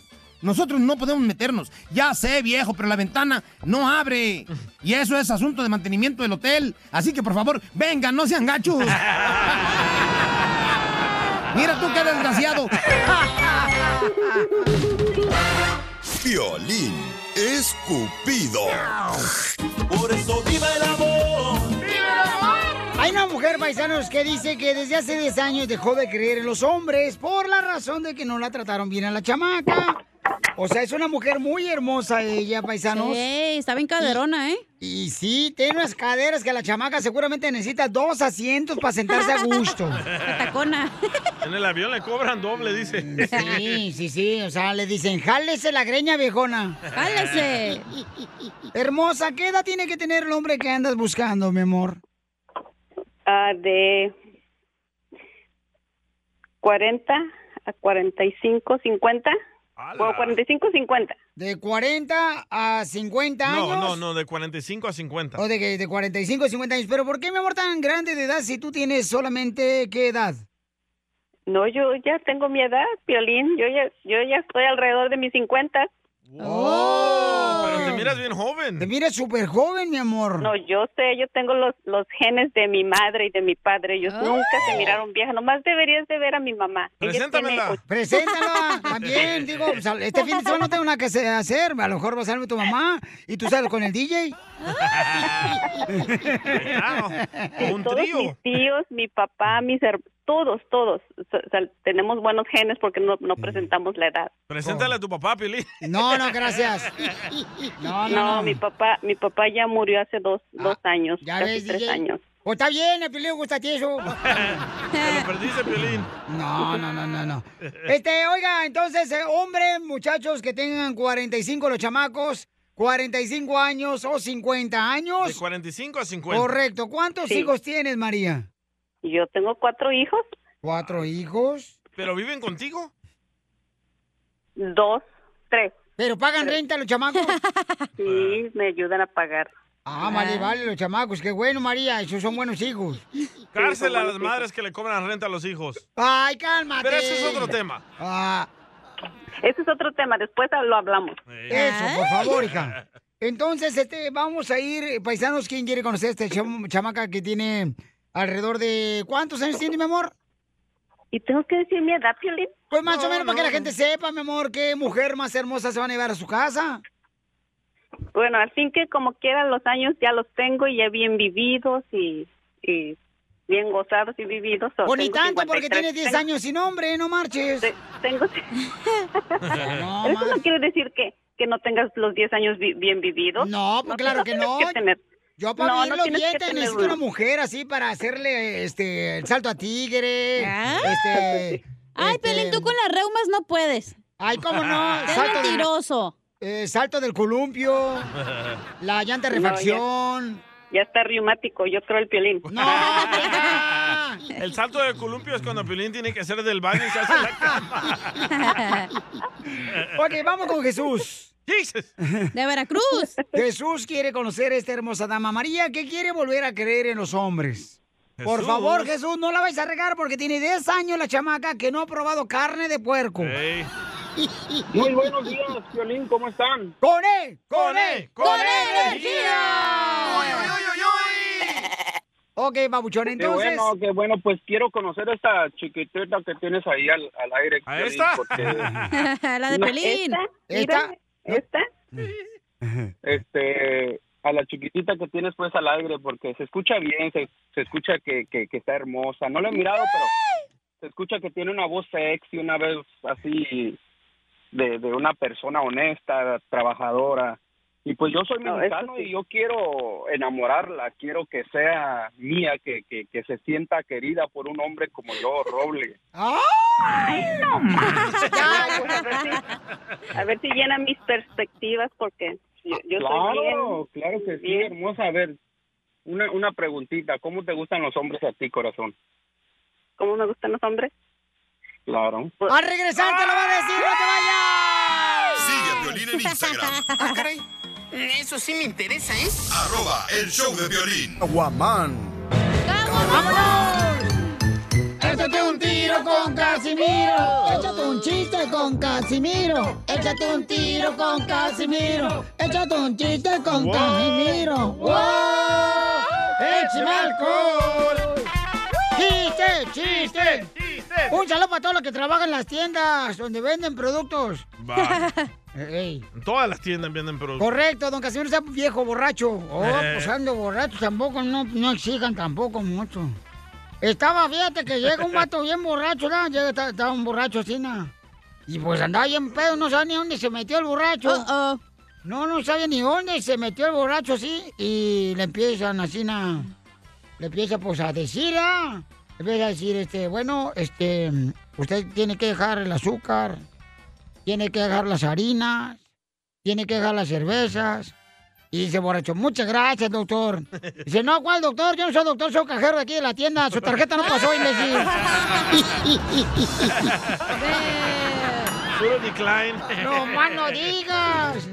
S13: Nosotros no podemos meternos. Ya sé, viejo, pero la ventana no abre. Y eso es asunto de mantenimiento del hotel. Así que, por favor, vengan, no sean gachos. Mira tú qué desgraciado.
S7: Violín escupido.
S1: Por eso viva el amor. Hay una mujer, paisanos, que dice que desde hace 10 años dejó de creer en los hombres por la razón de que no la trataron bien a la chamaca. O sea, es una mujer muy hermosa ella, paisanos.
S2: Sí, está bien caderona, ¿eh?
S1: Y sí, tiene unas caderas que la chamaca seguramente necesita dos asientos para sentarse a gusto.
S2: Tacona.
S3: En el avión le cobran doble, dice.
S1: Sí, sí, sí. O sea, le dicen, jálese la greña, viejona.
S3: Jálese.
S1: Hermosa, ¿qué edad tiene que tener el hombre que andas buscando, mi amor?
S14: Ah, de 40 a 45, 50. O 45, 50.
S1: ¿De 40 a 50 años?
S3: No, no, no, de 45 a 50.
S1: O de, que- de 45 a 50 años. Pero ¿por qué, mi amor, tan grande de edad si tú tienes solamente qué edad?
S14: No, yo ya tengo mi edad, Piolín. Yo ya, yo ya estoy alrededor de mis 50.
S1: ¡Oh!
S3: Pero te miras bien joven.
S1: Te miras súper joven, mi amor.
S14: No, yo sé, yo tengo los, los genes de mi madre y de mi padre. Ellos
S1: Oh.
S14: nunca se miraron vieja. Nomás deberías de ver a mi mamá. Ella tiene och-
S1: Preséntala también. Digo, o sea, este fin de semana no tengo nada que se- hacer. A lo mejor va a salir tu mamá y tú sales con el DJ.
S14: Sí,
S1: un
S14: todos
S1: trío.
S14: mis tíos, mi papá, mis her- todos, todos. O sea, tenemos buenos genes porque no, no presentamos la edad.
S3: Preséntale a tu papá, Pili.
S1: No, no, gracias. No, no, no. Ah,
S14: mi papá, mi papá ya murió hace dos, dos años,
S1: Ya
S14: casi
S1: ves,
S14: tres
S1: DJ.
S14: años.
S1: Pues está bien, el Piolín gusta eso.
S3: Te lo perdiste, Piolín.
S1: No, no, no, no, no. Este, oiga, entonces, eh, hombres, muchachos que tengan 45 los chamacos, 45 años o 50 años.
S3: De 45 a 50.
S1: Correcto. ¿Cuántos
S3: Sí.
S1: hijos tienes, María?
S14: Yo tengo cuatro hijos.
S1: ¿Cuatro hijos?
S3: ¿Pero viven contigo?
S14: Dos, tres.
S1: ¿Pero pagan renta los chamacos?
S14: Sí, me ayudan a pagar.
S1: Ah, vale, vale, los chamacos. Qué bueno, María. Esos son buenos hijos.
S3: Cárcel a las madres que le cobran renta a los hijos.
S1: Ay, cálmate.
S3: Pero ese es otro tema.
S1: Ah.
S14: Ese es otro tema, después lo hablamos.
S1: Eso,
S2: Ah.
S1: por favor, hija. Entonces, este, vamos a ir, eh, paisanos, ¿quién quiere conocer a esta cham- chamaca que tiene alrededor de... ¿Cuántos años tiene, mi amor?
S14: ¿Y tengo que decir mi edad, Piolín?
S1: Pues más
S14: No,
S1: o menos para
S14: no,
S1: que la
S14: no.
S1: gente sepa, mi amor, qué mujer más hermosa se van a llevar a su casa.
S14: Bueno, al fin que como quiera los años ya los tengo y ya bien vividos y, y bien gozados y vividos. O
S1: O ni
S14: tengo
S1: tanto, porque
S14: 53.
S1: tienes 10
S14: Tengo-
S1: años sin hombre, no marches.
S14: Tengo... Pero eso no quiere decir que, que no tengas los 10 años vi- bien vividos.
S1: No, pues, claro que
S14: tienes
S1: no.
S14: tener-
S1: Yo para
S14: No,
S1: vivir
S14: no
S1: los
S14: tienes que
S1: 10
S14: tener
S1: necesito una
S14: uno.
S1: mujer así para hacerle este, el salto a tigre.
S2: Ah.
S1: Este,
S2: Ay, Pelín, tú con las reumas no puedes.
S1: Ay, ¿cómo no?
S2: Ah. Es
S1: Salto del-
S2: mentiroso.
S1: eh, salto del columpio, la llanta de
S14: No, ya-
S1: refacción.
S14: Ya está reumático, yo creo el piolín.
S1: No,
S3: El salto de columpio es cuando Piolín tiene que hacer del baño y se hace la cama.
S1: ok, vamos con Jesús.
S2: De Veracruz.
S1: Jesús quiere conocer a esta hermosa dama María que quiere volver a creer en los hombres. Por
S10: Jesús.
S1: favor, Jesús, no la vais a regar porque tiene 10 años la chamaca que no ha probado carne de puerco.
S15: Muy buenos días, Violín, ¿cómo están?
S1: ¡Con él!
S15: ¡Con él!
S1: ¡Con E energía! Ok, babuchón, entonces...
S15: Qué bueno, qué bueno, pues quiero conocer a esta chiquitita que tienes ahí al, al aire.
S10: ¿A
S15: Piolín,
S10: esta?
S15: porque-
S10: La de
S15: No,
S10: Pelín.
S15: ¿Esta?
S14: ¿Esta?
S15: Este, a la chiquitita que tienes pues al aire, porque se escucha bien, se, se escucha que, que, que está hermosa. No la he mirado, pero se escucha que tiene una voz sexy, una voz así de, de una persona honesta, trabajadora. Y pues yo soy
S14: No, eso
S15: mexicano
S14: sí.
S15: y yo quiero enamorarla, quiero que sea mía, que, que, que se sienta querida por un hombre como yo, Roble.
S14: ¡Ay, no más! Ya, pues, a, ver si, a ver si llena mis perspectivas porque yo, yo soy bien.
S15: claro, claro que sí, hermosa. A ver, una, una preguntita, ¿cómo te gustan los hombres a ti, corazón?
S14: ¿Cómo me gustan los hombres?
S15: Claro.
S1: Al regresar te lo va a decir, no te vayas.
S7: Sigue a Piolín en Instagram.
S16: Ah, caray. Eso sí me interesa, ¿eh?
S7: Arroba el show de violín.
S17: Guamán.
S1: ¡Vámonos! Échate un tiro con Casimiro. Échate un chiste con Casimiro. Échate un tiro con Casimiro. Échate un chiste con Casimiro. ¡Wow! ¡Échame alcohol! ¡Chiste, chiste! Un saludo para todos los que trabajan en las tiendas donde venden productos.
S3: Va.
S1: Ey.
S3: En todas las tiendas venden productos.
S1: Correcto, don Casimiro está viejo, borracho. Oh,
S3: Eh.
S1: pues ando borracho, tampoco, no, no exijan tampoco mucho. Estaba, fíjate que llega un vato bien borracho, ¿no? Llega, está- estaba un borracho así, ¿no? Y pues andaba bien pedo, no sabía ni dónde se metió el borracho. No, no sabía ni dónde se metió el borracho así. Y le empiezan así, ¿no? Le empieza pues a decir, ¿ah? Le empieza a decir, este, bueno, este, usted tiene que dejar el azúcar, tiene que dejar las harinas, tiene que dejar las cervezas. Y dice, borracho, muchas gracias, doctor. Dice, no, ¿cuál doctor? Yo no soy doctor, soy cajero de aquí de la tienda. Su tarjeta no pasó, imbécil.
S3: Puro decline.
S1: No más no digas.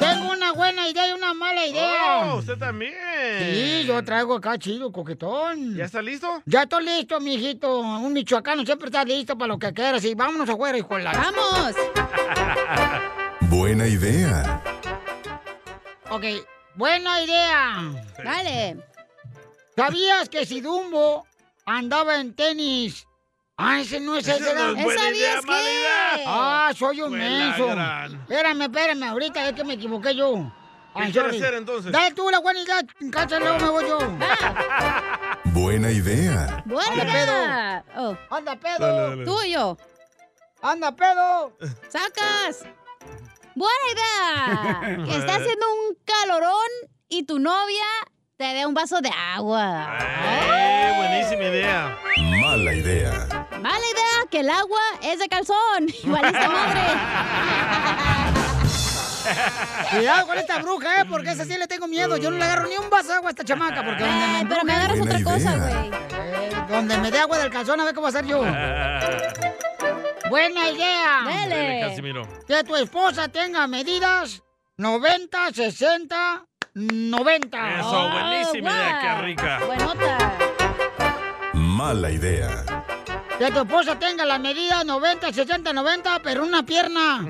S1: Tengo una buena idea y una mala idea.
S3: Oh, usted también.
S1: Sí, yo traigo acá chido, coquetón.
S3: ¿Ya está listo?
S1: Ya estoy listo, mijito. Un michoacano siempre está listo para lo que quieras. Y vámonos afuera, hijo de la... ¡Vamos!
S7: Buena idea.
S1: Ok, buena
S10: Mm.
S1: idea. Dale. ¿Sabías que si Dumbo andaba en tenis? Ah, ese no es
S10: Ese
S1: el
S10: no es buena ¿Esa idea, viste? mala idea.
S1: Ah, soy un
S10: Fue la
S1: menso.
S10: gran.
S1: Espérame, espérame, ahorita es que me equivoqué yo.
S3: ¿Qué quiere
S1: I'm sorry.
S3: hacer, entonces?
S1: Dale tú la buena idea, cacha, luego me voy yo.
S7: Buena idea.
S1: ¡Anda,
S2: idea.
S1: pedo! ¡Anda, pedo!
S7: Dale, dale.
S2: Ah, oh. Tú y yo.
S1: ¡Anda, pedo!
S2: ¡Sacas! ¡Buena idea! Que está haciendo un calorón y tu novia te dé un vaso de agua.
S3: Eh, buenísima idea.
S7: Mala idea.
S2: Mala idea que el agua es de calzón. Igual esta madre.
S1: Cuidado con esta bruja, ¿eh? Porque a esa sí le tengo miedo. Yo no le agarro ni un vaso de agua a esta chamaca. Porque donde me Eh, pero me agarras otra cosa, güey. donde me dé agua del calzón, a ver cómo hacer yo. Buena idea.
S3: Dale, Casimiro.
S1: Que tu esposa tenga medidas 90, 60, 90.
S2: Ah,
S3: Eso,
S1: Ah,
S3: buenísima idea, qué rica.
S7: Mala idea.
S1: Que tu esposa tenga las medidas 90, 60, 90, pero una pierna.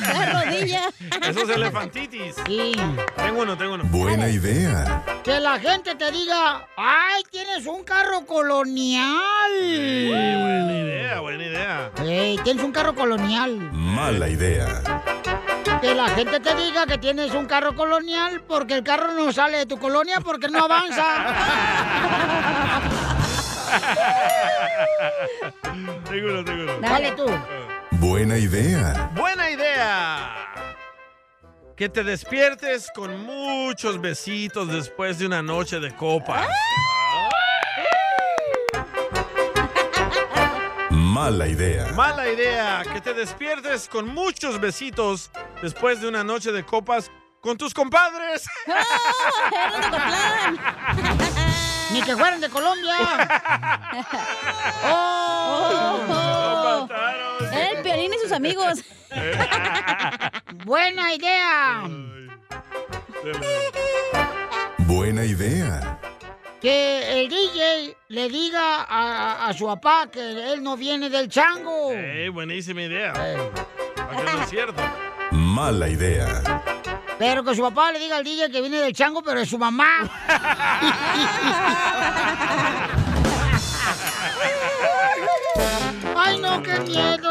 S1: La rodilla.
S3: Eso es elefantitis.
S1: Sí.
S3: Tengo uno, tengo uno.
S7: Buena idea.
S1: Que la gente te diga, ay, tienes un carro colonial.
S3: Buena idea, buena idea.
S1: Ey, tienes un carro colonial.
S7: Mala idea.
S1: Que la gente te diga que tienes un carro colonial porque el carro no sale de tu colonia porque no avanza.
S3: Tengo uno, tengo uno.
S1: Dale tú.
S7: Buena idea.
S3: Buena idea. Que te despiertes con muchos besitos después de una noche de copa.
S1: Ah.
S7: Mala idea.
S3: Mala idea. Que te despiertes con muchos besitos después de una noche de copas con tus compadres.
S1: Ah.
S2: Oh,
S1: Ni que fueran de Colombia. ¡Oh!
S2: Era el Piolín y sus amigos.
S1: Buena idea.
S7: Buena idea.
S1: Que el DJ le diga a, a su papá que él no viene del chango.
S3: Eh, buenísima idea. ¿A que no es cierto?
S7: Mala idea.
S1: Pero que su papá le diga al DJ que viene del chango, pero es su mamá. ¡Ay, no, qué miedo!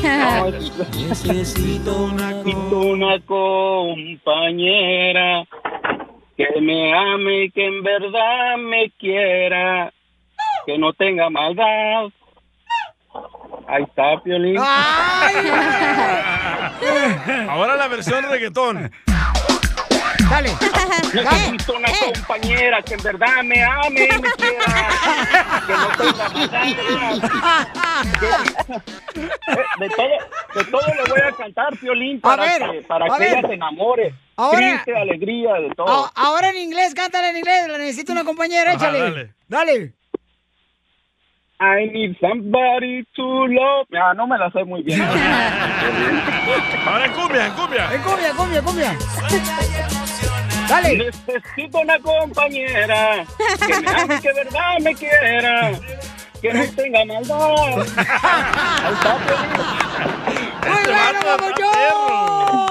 S15: No, es- Necesito una, compañera que me ame y que en verdad me quiera, que no tenga maldad. Ahí está, Piolín.
S3: Ahora la versión reggaetón.
S1: Dale.
S15: Necesito una compañera que en verdad me ame y me quiera, que no tenga maldad. Que- De todo, de todo le voy a cantar, Piolín, para
S1: ver,
S15: que, para
S1: a
S15: que
S1: ver.
S15: ella se enamore.
S1: Ahora-
S15: Triste, alegría, de todo.
S1: A- ahora en inglés, cántale en inglés. La necesito una compañera,
S15: Oh. Ajá,
S1: échale.
S15: dale.
S1: Dale.
S15: I need somebody to love. Ah, no me la sé muy bien.
S3: Ahora en cumbia, en cumbia.
S1: En Eh, cumbia, cumbia, cumbia. Dale.
S15: Necesito una compañera que me ame, que de verdad me quiera, que no tenga maldad. Ahí está,
S3: Este vato está perro.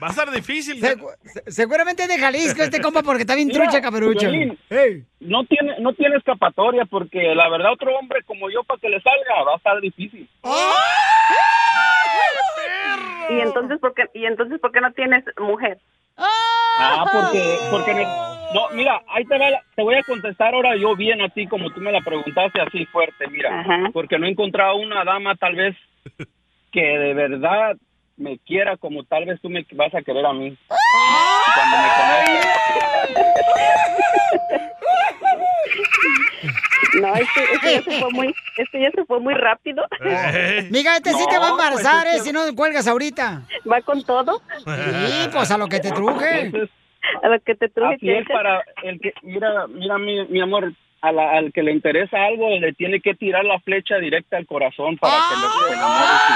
S3: Va a estar difícil.
S1: Se- Seguramente es de Jalisco este compa porque está bien
S15: Mira,
S1: trucha, caperucho.
S15: Piolín, No tiene, no tiene escapatoria porque la verdad otro hombre como yo para que le salga va a estar difícil.
S11: Y entonces, ¿por qué, y entonces, ¿por qué no tienes mujer?
S15: Ah, porque, porque ne- no, mira, ahí te va, la- te voy a contestar ahora yo bien así como tú me la preguntaste así fuerte, mira, porque no he encontrado una dama tal vez que de verdad me quiera como tal vez tú me vas a querer a mí. Cuando me conozcas.
S11: No, este, este ya se fue muy, este ya se fue muy rápido.
S1: Miga, este sí
S11: No,
S1: te va a
S11: pues,
S1: embarazar,
S11: es
S1: eh,
S11: que-
S1: si no cuelgas ahorita.
S11: ¿Va con todo? Pues
S1: Sí, pues a lo que te truje.
S11: A lo que te truje.
S15: Así es
S11: checa.
S15: para el que, mira, mira mi, mi amor, a la- al que le interesa algo le tiene que tirar la flecha directa al corazón para que no se enamore, si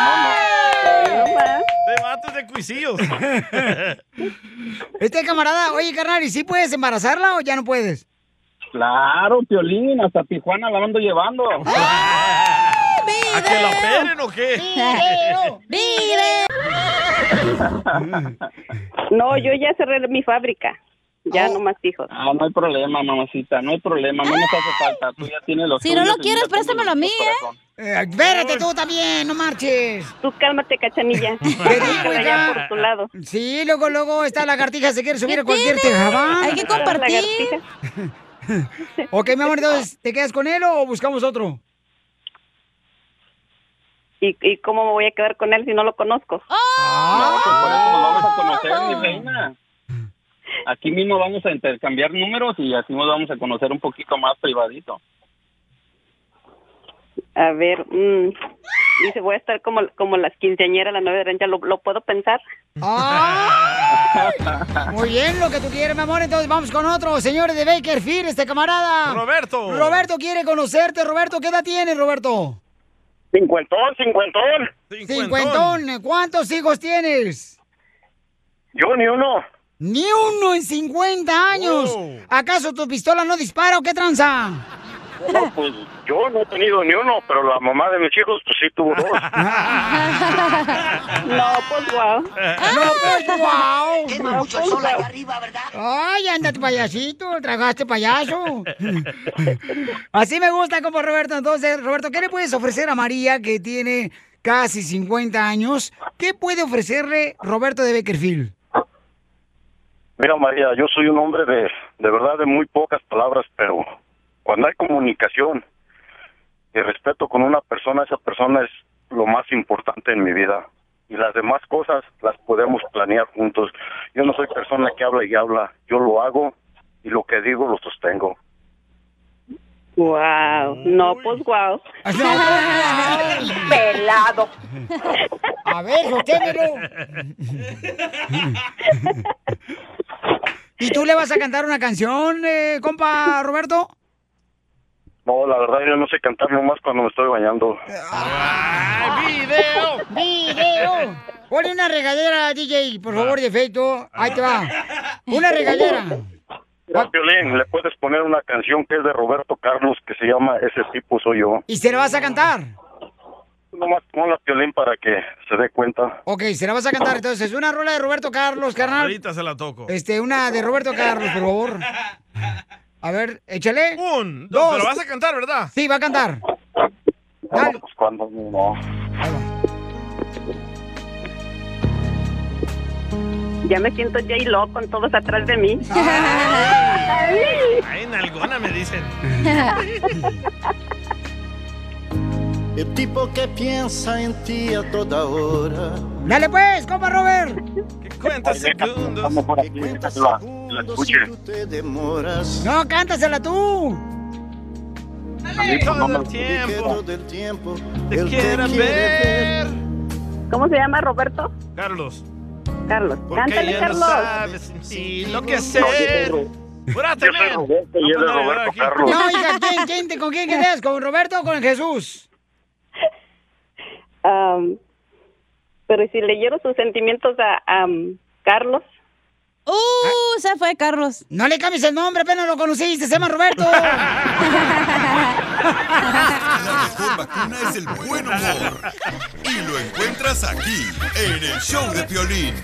S15: no, no.
S3: Te mates de cuisillos.
S1: Este camarada, oye, carnal, ¿y sí puedes embarazarla o ya no puedes?
S15: Claro, Piolín, hasta Tijuana la ando llevando.
S1: Ah,
S3: ¿A que la operen o qué?
S11: No, yo ya cerré mi fábrica. Ya
S1: Oh.
S11: no más hijos.
S15: Ah, no hay problema, mamacita, no hay problema, no nos hace falta, tú ya tienes los
S2: Si no lo
S15: tuyos y
S2: quieres,
S15: yo tengo
S2: préstamelo a mí,
S15: los míos,
S2: ¿eh?
S1: Eh, espérate tú también, no marches.
S11: Tú cálmate, cachanilla.
S1: Te digo,
S11: Búscala
S1: hija.
S11: ya por tu lado.
S1: Sí, luego, luego, esta lagartija se quiere subir a cualquier
S11: tiene?
S1: tejabán.
S11: Hay que compartir.
S1: ok, mi amor, entonces, ¿te quedas con él o buscamos otro?
S11: ¿Y, y cómo me voy a quedar con él si no lo conozco?
S1: Ah.
S15: No, pues por eso nos vamos a conocer, mi reina. Aquí mismo vamos a intercambiar números y así nos vamos a conocer un poquito más privadito.
S11: A ver, mm, dice, voy a estar como, como las quinceañeras, la novia de rancha, ¿lo, lo puedo pensar?
S1: Muy bien, lo que tú quieres, mi amor. Entonces vamos con otro, señores de Bakerfield, este camarada.
S3: Roberto.
S1: Roberto quiere conocerte, Roberto. ¿Qué edad tienes, Roberto?
S18: Cincuentón, cincuentón.
S1: Cincuentón. ¿Cuántos hijos tienes?
S18: Yo ni uno.
S1: Ni uno en 50 años. ¿Acaso tu pistola no dispara o qué tranza?
S18: No, pues yo no he tenido ni uno, pero la mamá de mis hijos pues sí tuvo dos.
S11: No, pues wow.
S1: No, pues wow.
S11: Qué mamucho solo ahí
S1: arriba, ¿verdad? Ay, anda tu payasito, tragaste payaso. Así me gusta como Roberto. Entonces, Roberto, ¿qué le puedes ofrecer a María que tiene casi 50 años? ¿Qué puede ofrecerle Roberto de Beckerfield?
S18: Mira, María, yo soy un hombre de, de verdad de muy pocas palabras, pero cuando hay comunicación y respeto con una persona, esa persona es lo más importante en mi vida. Y las demás cosas las podemos planear juntos. Yo no soy persona que habla y habla, yo lo hago y lo que digo lo sostengo.
S11: Wow, no, pues wow. Pelado.
S1: Ah, A ver, sosténelo. ¿Y tú le vas a cantar una canción, eh, compa Roberto?
S18: No, la verdad yo no sé cantar nomás cuando me estoy bañando.
S1: ¡Video! ¡Video! Ponle una regadera, DJ, por favor, de efecto. Ahí te va. Una regadera.
S18: Mira, Piolín, le puedes poner una canción que es de Roberto Carlos que se llama Ese tipo soy yo.
S1: ¿Y se la vas a cantar?
S18: Nomás ponla Piolín para que se dé cuenta.
S1: Ok, se la vas a cantar. Entonces, una rola de Roberto Carlos, carnal.
S3: Ahorita se la toco.
S1: Este, una de Roberto Carlos, por favor. A ver, échale. Un,
S3: No, pero vas a cantar, ¿verdad?
S1: Sí, va a cantar.
S18: No, pues cuando no.
S11: Ya me siento J-Lo con todos atrás de mí.
S3: Ay, nalgona me dicen.
S10: El tipo que piensa en ti a toda hora.
S1: Dale pues, compa Robert.
S10: Cuenta segundos. Cuenta segundos si tú te demoras.
S1: No, cántasela tú.
S10: Y Todo el tiempo. del tiempo. Él
S3: quiere ver.
S11: ¿Cómo se llama Roberto?
S3: Carlos.
S11: Carlos. Cántale,
S3: ya
S11: Carlos.
S3: no sabes si lo que ser. Júrate, men.
S18: Y es de Roberto Carlos.
S1: No, hija, ¿quién, quién te- ¿con quién quedas? ¿Con Roberto o con el Jesús?
S11: Am, pero si leyeron sus sentimientos a am, Carlos.
S1: ¡Uh! Se fue Carlos. No le cambies el nombre, apenas lo conociste, se llama Roberto.
S7: La mejor vacuna es el buen humor. Y lo encuentras aquí, en el show de Piolín.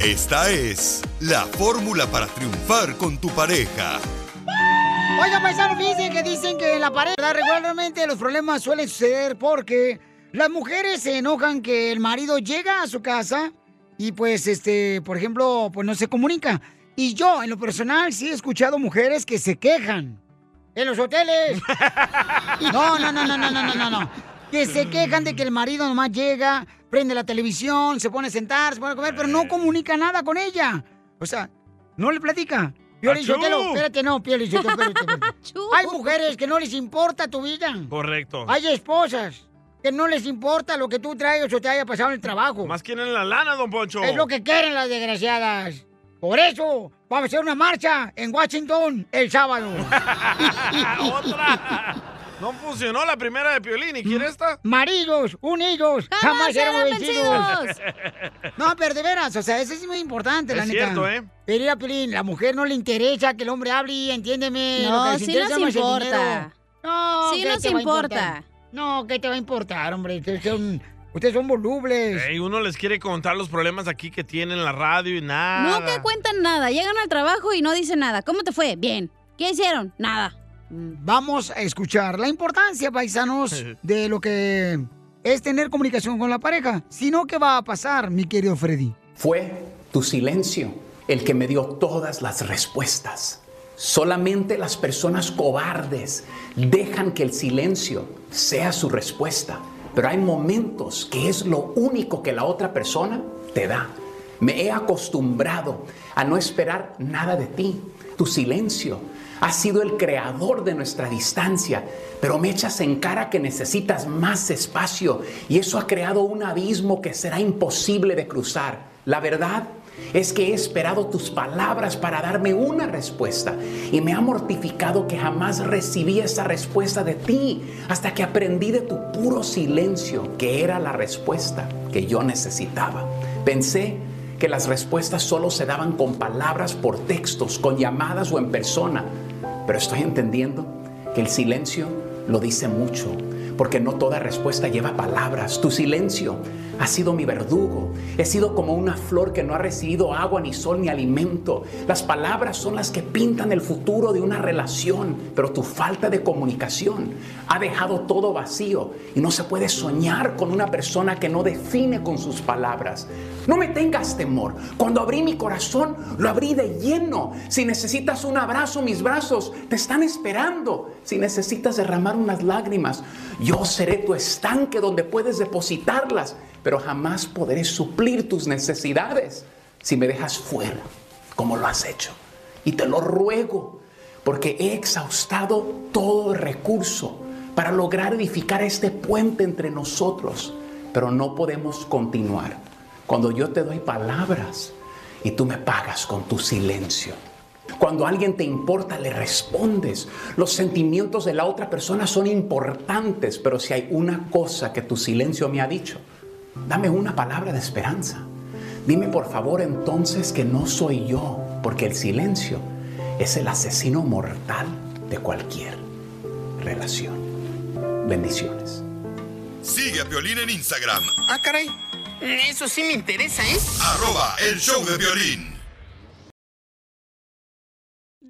S7: Esta es la fórmula para triunfar con tu pareja.
S1: Oiga, paisano, fíjense que dicen que en la pared ¿verdad? regularmente los problemas suelen suceder porque las mujeres se enojan que el marido llega a su casa y pues, este, por ejemplo, pues no se comunica. Y yo, en lo personal, sí he escuchado mujeres que se quejan. En los hoteles. No, no, no, no, no, no, no, no, no. Que se quejan de que el marido nomás llega, prende la televisión, se pone a sentar, se pone a comer, pero no comunica nada con ella. O sea, no le platica. Pio
S3: Achú.
S1: Lizotelo, espérate, no, Pio Lizotelo, espérate, espérate. Hay mujeres que no les importa tu vida.
S3: Correcto.
S1: Hay esposas que no les importa lo que tú traigas o te haya pasado en el trabajo.
S3: Más quieren la lana, don Poncho.
S1: Es lo que quieren las desgraciadas. Por eso, vamos a hacer una marcha en Washington el sábado.
S3: No funcionó la primera de Piolín. ¿Y quiere esta?
S1: Maridos, unidos, Mm. jamás, seremos vencidos. No, pero de veras, o sea, eso es muy importante, la
S3: Es
S1: neta.
S3: cierto, ¿eh?
S1: Pero mira, Piolín, la mujer no le interesa que el hombre hable y entiéndeme. lo
S2: No,
S1: que
S2: sí
S1: les interesa
S2: nos
S1: más es el
S2: importa.
S1: dinero. No,
S2: Sí
S1: ¿qué
S2: nos
S1: te va a
S2: importa.
S1: importar? No, ¿qué te va a importar, hombre? Ustedes son, ustedes son volubles.
S3: Ey, uno les quiere contar los problemas aquí que tienen en la radio y nada.
S2: Nunca cuentan nada. Llegan al trabajo y no dicen nada. ¿Cómo te fue? Bien. ¿Qué hicieron? Nada.
S1: Vamos a escuchar la importancia, paisanos, de lo que es tener comunicación con la pareja. Si no, ¿qué va a pasar, mi querido Freddy?
S19: Fue tu silencio el que me dio todas las respuestas. Solamente las personas cobardes dejan que el silencio sea su respuesta. Pero hay momentos que es lo único que la otra persona te da. Me he acostumbrado a no esperar nada de ti. Tu silencio ha sido el creador de nuestra distancia, pero me echas en cara que necesitas más espacio y eso ha creado un abismo que será imposible de cruzar. La verdad es que he esperado tus palabras para darme una respuesta y me ha mortificado que jamás recibí esa respuesta de ti hasta que aprendí de tu puro silencio que era la respuesta que yo necesitaba. Pensé que las respuestas solo se daban con palabras, por textos, con llamadas o en persona, pero estoy entendiendo que el silencio lo dice mucho porque no toda respuesta lleva palabras. Tu silencio ha sido mi verdugo. He sido como una flor que no ha recibido agua, ni sol, ni alimento. Las palabras son las que pintan el futuro de una relación, pero tu falta de comunicación ha dejado todo vacío y no se puede soñar con una persona que no define con sus palabras. No me tengas temor. Cuando abrí mi corazón, lo abrí de lleno. Si necesitas un abrazo, mis brazos te están esperando. Si necesitas derramar unas lágrimas, yo seré tu estanque donde puedes depositarlas, pero jamás podré suplir tus necesidades si me dejas fuera, como lo has hecho. Y te lo ruego, porque he exhaustado todo recurso para lograr edificar este puente entre nosotros, pero no podemos continuar cuando yo te doy palabras y tú me pagas con tu silencio. Cuando a alguien te importa, le respondes. Los sentimientos de la otra persona son importantes, pero si hay una cosa que tu silencio me ha dicho, dame una palabra de esperanza. Dime por favor entonces que no soy yo, porque el silencio es el asesino mortal de cualquier relación. Bendiciones.
S7: Sigue a Violín en Instagram.
S13: Ah, caray. Eso sí me interesa, ¿eh?
S7: Arroba el show de violín.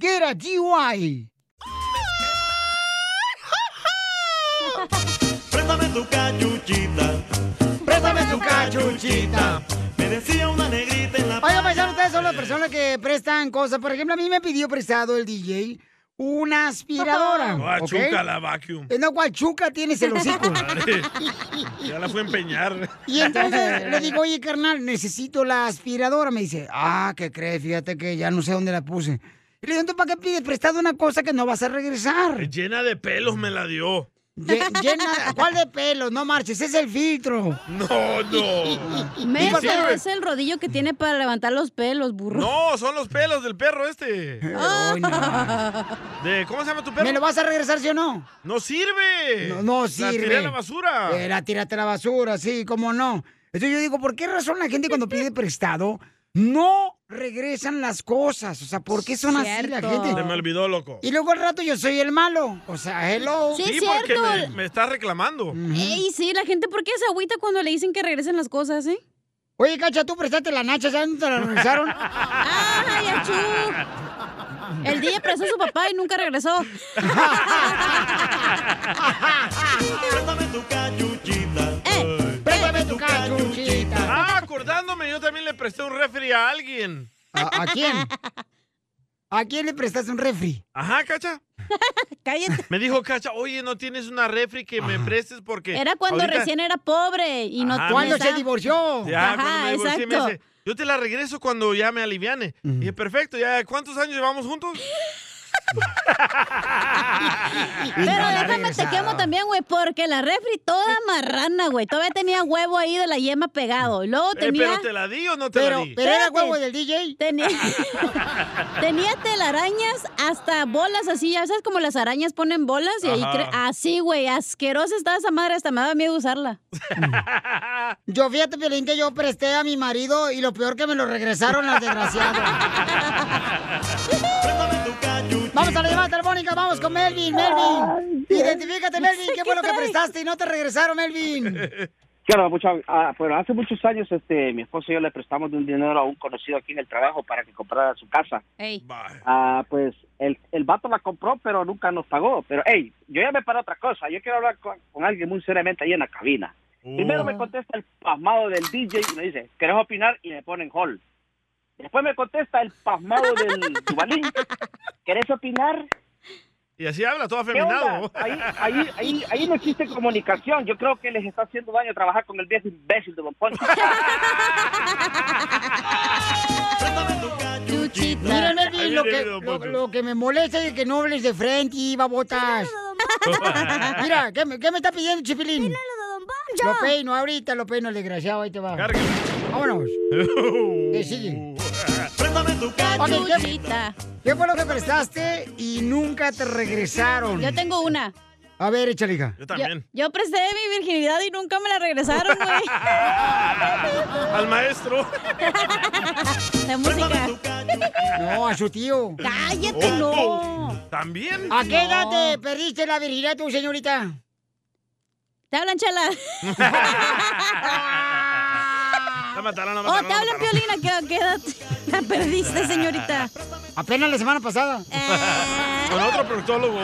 S1: Get a GY.
S9: Préstame tu cachuchita, préstame tu cachuchita. Me decía una negrita en la
S1: Oigan, paisanos, ustedes son las personas que prestan cosas. Por ejemplo, a mí me pidió prestado el DJ una aspiradora.
S3: Guachuca
S1: ¿ok?
S3: la vacuum.
S1: Eh, No, guachuca tienes el hocico.
S3: Madre, ya la fue a empeñar.
S1: Y entonces le digo, oye, carnal, necesito la aspiradora. Me dice, ah, ¿qué crees? Fíjate que ya no sé dónde la puse. Y le digo, ¿entonces para qué pides prestado una cosa que no vas a regresar?
S3: Llena de pelos me la dio.
S1: Lle- llena- ¿Cuál de pelo? No marches, es el filtro.
S3: No, no.
S2: Menso, es el rodillo que tiene para levantar los pelos, burro.
S3: No, son los pelos del perro este. De, ¿Cómo se llama tu perro?
S1: ¿Me lo vas a regresar, sí o no?
S3: No sirve.
S1: No, no
S3: La
S1: sirve.
S3: tiré a la basura.
S1: Eh, la tiraste a la basura, sí, cómo no. Entonces yo digo, ¿por qué razón la gente cuando pide prestado no regresan las cosas? O sea, ¿por qué son así la
S3: Se me
S1: gente?
S3: olvidó, loco.
S1: Y luego al rato yo soy el malo. O sea, hello.
S3: porque me, me está reclamando.
S2: Ey, sí, la gente, ¿por qué se agüita cuando le dicen que regresen las cosas, eh?
S1: Oye, Cacha, tú prestaste la nacha, ¿sabes dónde te la regresaron?
S2: ¡Ay, achú! El día prestó a su papá y nunca regresó.
S9: Préstame tu cachuchita.
S2: Eh,
S1: Préstame tu cachuchita.
S3: Ah, acordándome, yo también le presté un refri a alguien.
S1: ¿A, a quién? ¿A quién le prestaste un refri?
S3: Ajá, Cacha.
S2: Cállate.
S3: Me dijo Cacha, oye, no tienes una refri que me prestes porque.
S2: Era cuando
S3: ahorita-
S2: recién era pobre y no
S3: Ajá,
S2: tenía esa- Ajá,
S3: Ya, cuando me divorcié, me
S2: exacto.
S3: dice, yo te la regreso cuando ya me aliviane. Y dije, perfecto, ya ¿cuántos años llevamos juntos?
S2: Pero déjame te quemo también, güey, porque la refri toda marrana, güey. Todavía tenía huevo ahí de la yema pegado. Y Luego
S3: Eh,
S2: tenía.
S3: ¿Pero te la di o no te la di?
S2: Espérate. Tenía, tenía telarañas hasta bolas así. Ya sabes como las arañas ponen bolas y ahí
S1: Ajá.
S2: cre- así, güey. Asquerosa estaba esa madre, hasta me daba miedo usarla.
S1: Yo fíjate, Piolín, que yo presté a mi marido y lo peor que me lo regresaron las desgraciadas. Vamos a la llamada telefónica, vamos con Melvin, Melvin. Identifícate, Melvin, ¿qué fue lo que prestaste y no te regresaron, Melvin?
S15: ¿Qué onda, muchacho? Ah, bueno, hace muchos años este, mi esposo y yo le prestamos un dinero a un conocido aquí en el trabajo para que comprara su casa. Ah, pues el, el vato la compró, pero nunca nos pagó. Pero, hey, yo llamé para otra cosa. Yo quiero hablar con, con alguien muy seriamente ahí en la cabina. Primero me contesta el pasmado del DJ y me dice, ¿querés opinar? Y me ponen hall. Después me contesta el pasmado del Dubalín, ¿querés opinar?
S3: Y así habla, todo
S15: ¿Qué
S3: afeminado.
S15: onda? Ahí, ahí, ahí, ahí no existe comunicación. Yo creo que les está haciendo daño trabajar con el viejo imbécil de Don Poncho.
S1: Mira, Melvin, lo que,
S15: Ahí viene,
S1: lo,
S15: Don Poncho.
S1: lo que me molesta es que no hables de frente y babotas. Mira, ¿qué me, qué me está pidiendo, Chipilín? Lo peino ahorita, lo peino el desgraciado, ahí te va. Vámonos. ¿Qué sigue? Ok, ¿qué- ¿Qué fue lo que prestaste y nunca te regresaron?
S2: Yo tengo una.
S1: A ver, échale, hija.
S3: Yo
S2: Yo, yo presté mi virginidad y nunca me la regresaron, güey.
S3: Al maestro.
S2: De música.
S1: No, a su tío. Oh.
S2: Cállate, no.
S3: ¿También?
S1: ¿A qué edad te perdiste la virginidad tú, señorita?
S2: Te hablan, chela.
S3: La mataron, la
S2: Oh,
S3: mataron.
S2: te hablan, Piolina. ¿Qué, qué edad la perdiste, señorita? Ah.
S1: Apenas la semana pasada.
S3: Con otro proctólogo.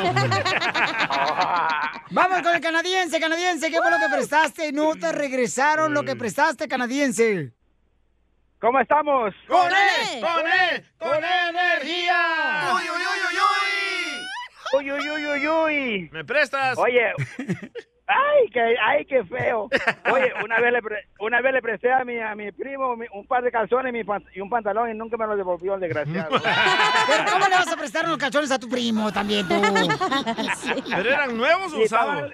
S1: Vamos con el canadiense, canadiense. ¿Qué fue lo que prestaste? No te regresaron lo que prestaste,
S15: Mm.
S1: canadiense.
S15: ¿Cómo estamos?
S1: ¡Con
S15: él!
S1: ¡Con él! ¡Con energía!
S15: ¡Uy, uy, uy, uy, uy! ¡Uy, uy, uy, uy, uy!
S3: ¿Me prestas? Ah,
S15: Oye, ay, qué, ay, qué feo. Oye, una vez le, pre- una vez le presté a mi, a mi primo mi- un par de calzones y mi pan- y un pantalón y nunca me lo devolvió el desgraciado.
S1: Pero ¿cómo le vas a prestar unos calzones a tu primo también tú?
S15: ¿Pero eran
S3: nuevos
S15: o usados?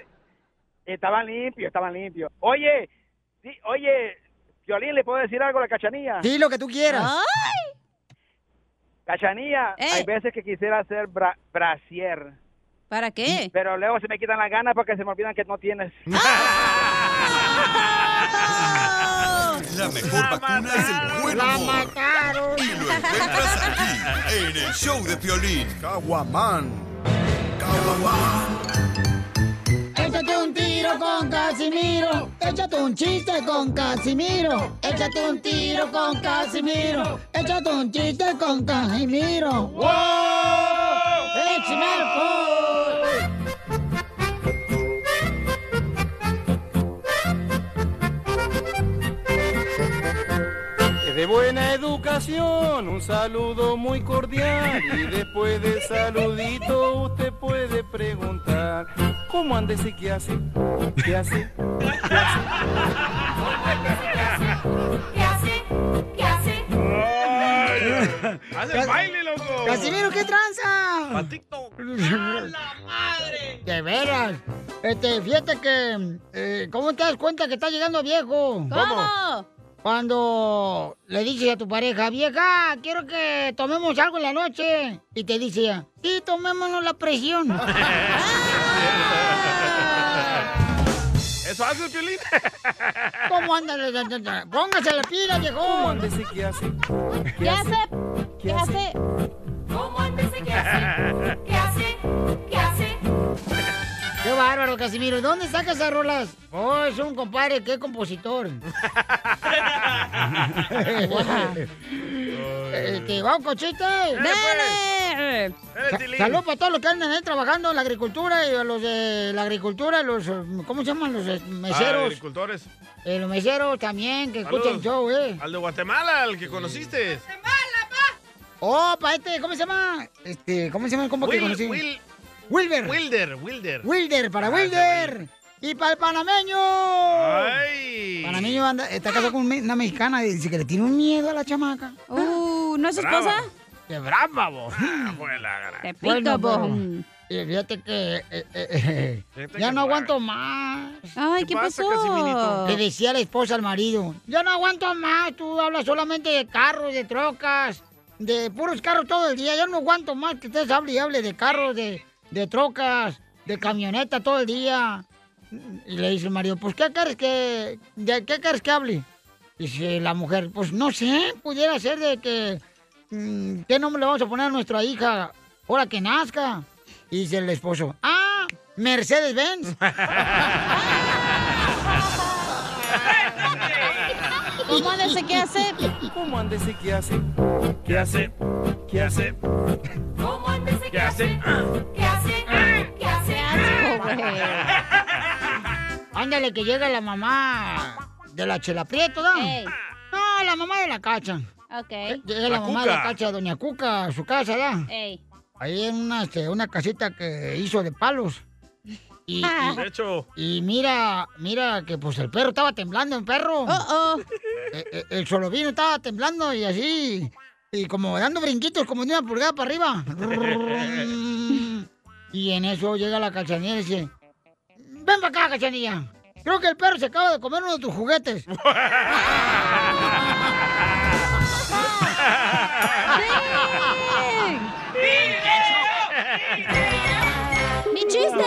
S15: Estaban limpios, estaban limpios. Oye, sí, oye, Violín, ¿le puedo decir algo a la cachanilla?
S1: Di lo que tú quieras.
S10: Ah.
S15: Cachanilla,
S2: Eh.
S15: hay veces que quisiera hacer bra brasier.
S2: ¿Para qué?
S15: Pero luego se me quitan las ganas porque se me olvidan que no tienes.
S2: Ah.
S7: La mejor vacuna es el buen
S1: La
S7: humor.
S1: mataron.
S7: Y lo encuentras aquí, en el show de Piolín. Caguaman.
S1: Échate un tiro con Casimiro. Échate un chiste con Casimiro. Échate un tiro con Casimiro. Échate un chiste con Casimiro. ¡Wow! ¡Échame alcohol!
S9: Es de buena educación, un saludo muy cordial y después del saludito usted puede preguntar ¿Cómo andes y qué hace? ¿Qué hace?
S10: ¿Qué hace? ¿Qué hace?
S3: Haz el baile, loco.
S1: Casimiro, ¿qué tranza? De veras. Este, fíjate que. eh, ¿Cómo te das cuenta que está llegando viejo?
S2: ¿Cómo?
S1: Cuando le dices a tu pareja, vieja, quiero que tomemos algo en la noche. Y te dice ella, sí, tomémonos la presión.
S3: ¿Eso hace el violín?
S1: ¿Cómo anda? Póngase la pila, viejo.
S9: ¿Cómo andes y qué hace?
S2: ¿Qué hace? ¿Qué hace?
S10: ¿Cómo antes de qué hace? ¿Qué hace? ¿Qué hace?
S1: Qué bárbaro, Casimiro. ¿De ¿Dónde saca esas rolas? Oh, es un compadre, qué compositor. este, vamos con chiste. ¡Dale!
S10: Dale, Tilín.
S1: Saludos para todos los que andan ahí trabajando en la agricultura y a los de la agricultura, los, eh, ¿cómo se llaman? Los eh,
S3: Ah,
S1: meseros.
S3: agricultores.
S1: Eh, los meseros también, que escuchan el show,
S3: Saludos.
S1: ¿eh?
S3: Al de Guatemala, al que conociste.
S1: Oh, para este, ¿cómo se llama? Este, ¿cómo se llama el compa que
S3: Wil-
S1: conocí?
S3: Wil-
S1: Wilber.
S3: Wilder, Wilder.
S1: Wilder, para
S3: Ah,
S1: Wilder. Y para el panameño.
S3: Ay.
S1: Panameño anda, está casado con me- una mexicana y dice que le tiene un miedo a la chamaca.
S2: Uh, ¿no es su esposa?
S1: ¡Qué brava Ah, vos!
S3: Te
S1: Bueno, pero, eh, fíjate que eh, eh, eh,
S3: Fíjate
S1: ya
S3: que
S1: no
S3: va-
S1: aguanto más.
S10: Ay, ¿Qué ¿qué pasa, pasó? Casimirito?
S1: Le decía la esposa al marido, yo no aguanto más, tú hablas solamente de carros, de trocas, de puros carros todo el día, yo no aguanto más que ustedes hablen y hablen de carros, de, de trocas, de camioneta todo el día. Y le dice el marido, pues ¿qué quieres que, de qué quieres que hable? Dice la mujer, pues no sé, pudiera ser de que, mm, ¿qué nombre le vamos a poner a nuestra hija ahora que nazca? Y dice el esposo, ah, Mercedes Benz.
S10: ¿Cómo andes qué hace?
S20: ¿Cómo andes y qué hace? ¿Qué hace? ¿Qué hace?
S21: ¿Cómo antes qué hace? ¿Qué hace? ¿Qué hace?
S1: Ándale, que llega la mamá de la Chela Prieto, ¿no? No, la mamá de la cacha. Eh,
S10: Ok.
S1: Llega la, mamá de la cacha, doña Cuca, a su casa, ¿da?
S10: Ey.
S1: Ahí en una, este, una casita que hizo de palos. Y,
S21: Ah.
S1: y-
S3: De hecho,
S1: y mira, mira que pues el perro estaba temblando, el
S21: Oh,
S1: perro. Eh, eh, el solovino estaba temblando y así. Y como dando brinquitos, como de una pulgada para arriba. Y en eso llega la cachanilla y dice, ven para acá, cachanilla. Creo que el perro se acaba de comer uno de tus juguetes.
S10: ¡Mi chiste!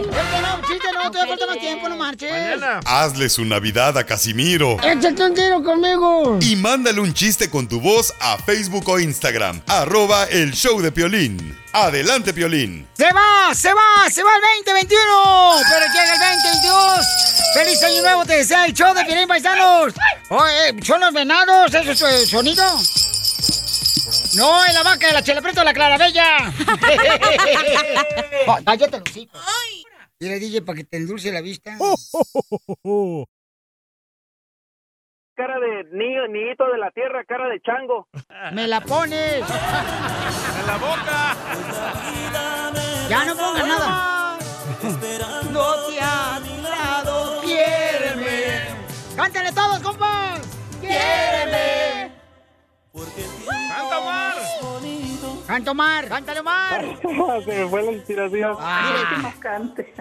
S1: Este no, un chiste, no, todavía falta más tiempo, no marches.
S7: Hazle su Navidad a Casimiro.
S1: Échate un tiro conmigo.
S7: Y mándale un chiste con tu voz a Facebook o Instagram. Arroba el show de Piolín. Adelante, Piolín.
S22: ¡Se va! ¡Se va! ¡Se va el 2021! pero llega el 2022.
S1: ¡Feliz año nuevo! ¡Te desea el show de Piolín Paisanos! Oh, eh, ¿Son los venados? ¿Eso es eh, sonido? No, es la vaca de la chelapreta de la clarabella. Oh, cállate, Lucito. Y le dije para que te endulce la vista.
S15: Cara de niño, niñito de la tierra, cara de chango.
S1: ¡Me la pones!
S15: ¡En la boca!
S1: ¡Ya no pongas nada!
S15: Esperándote a mi lado,
S1: quiéreme. ¡Cántale todos, compas! ¡Quiéreme! ¡Canta Omar! ¡Canta Omar! ¡Cántale Omar!
S15: Se me fue la inspiración.
S1: cante.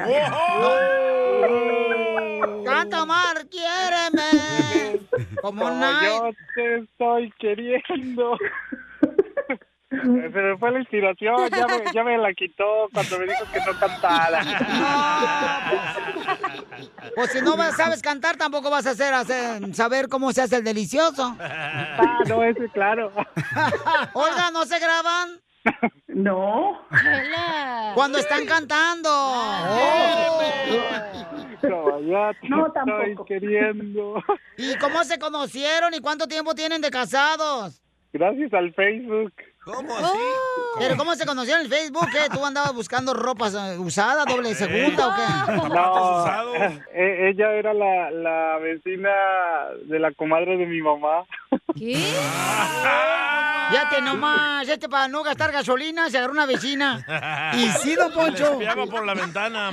S1: ¡Canta Omar! ¡Quiéreme! Como,
S15: yo te estoy queriendo. Se me fue la inspiración, ya me, ya me la quitó cuando me dijo que no cantara.
S1: Pues si no vas- sabes cantar, tampoco vas a hacer, hacer- saber cómo se hace el delicioso.
S15: Ah, no, eso es claro.
S1: Olga, ¿no se graban?
S15: No.
S1: Cuando están cantando.
S15: No, ya te
S1: No,
S15: estoy
S1: tampoco.
S15: queriendo.
S1: ¿Y cómo se conocieron y cuánto tiempo tienen de casados?
S15: Gracias al Facebook. ¿Cómo así?
S1: Oh. ¿Pero cómo se conocieron en Facebook? ¿Qué? ¿Tú andabas buscando ropa eh, usada, doble segunda o qué?
S15: No, eh, ella era la, la vecina de la comadre de mi mamá.
S1: ¿Qué? Fíjate nomás, este para no gastar gasolina se agarró una vecina. Y sí, don
S3: Le
S1: Poncho.
S3: espiaba por la ventana.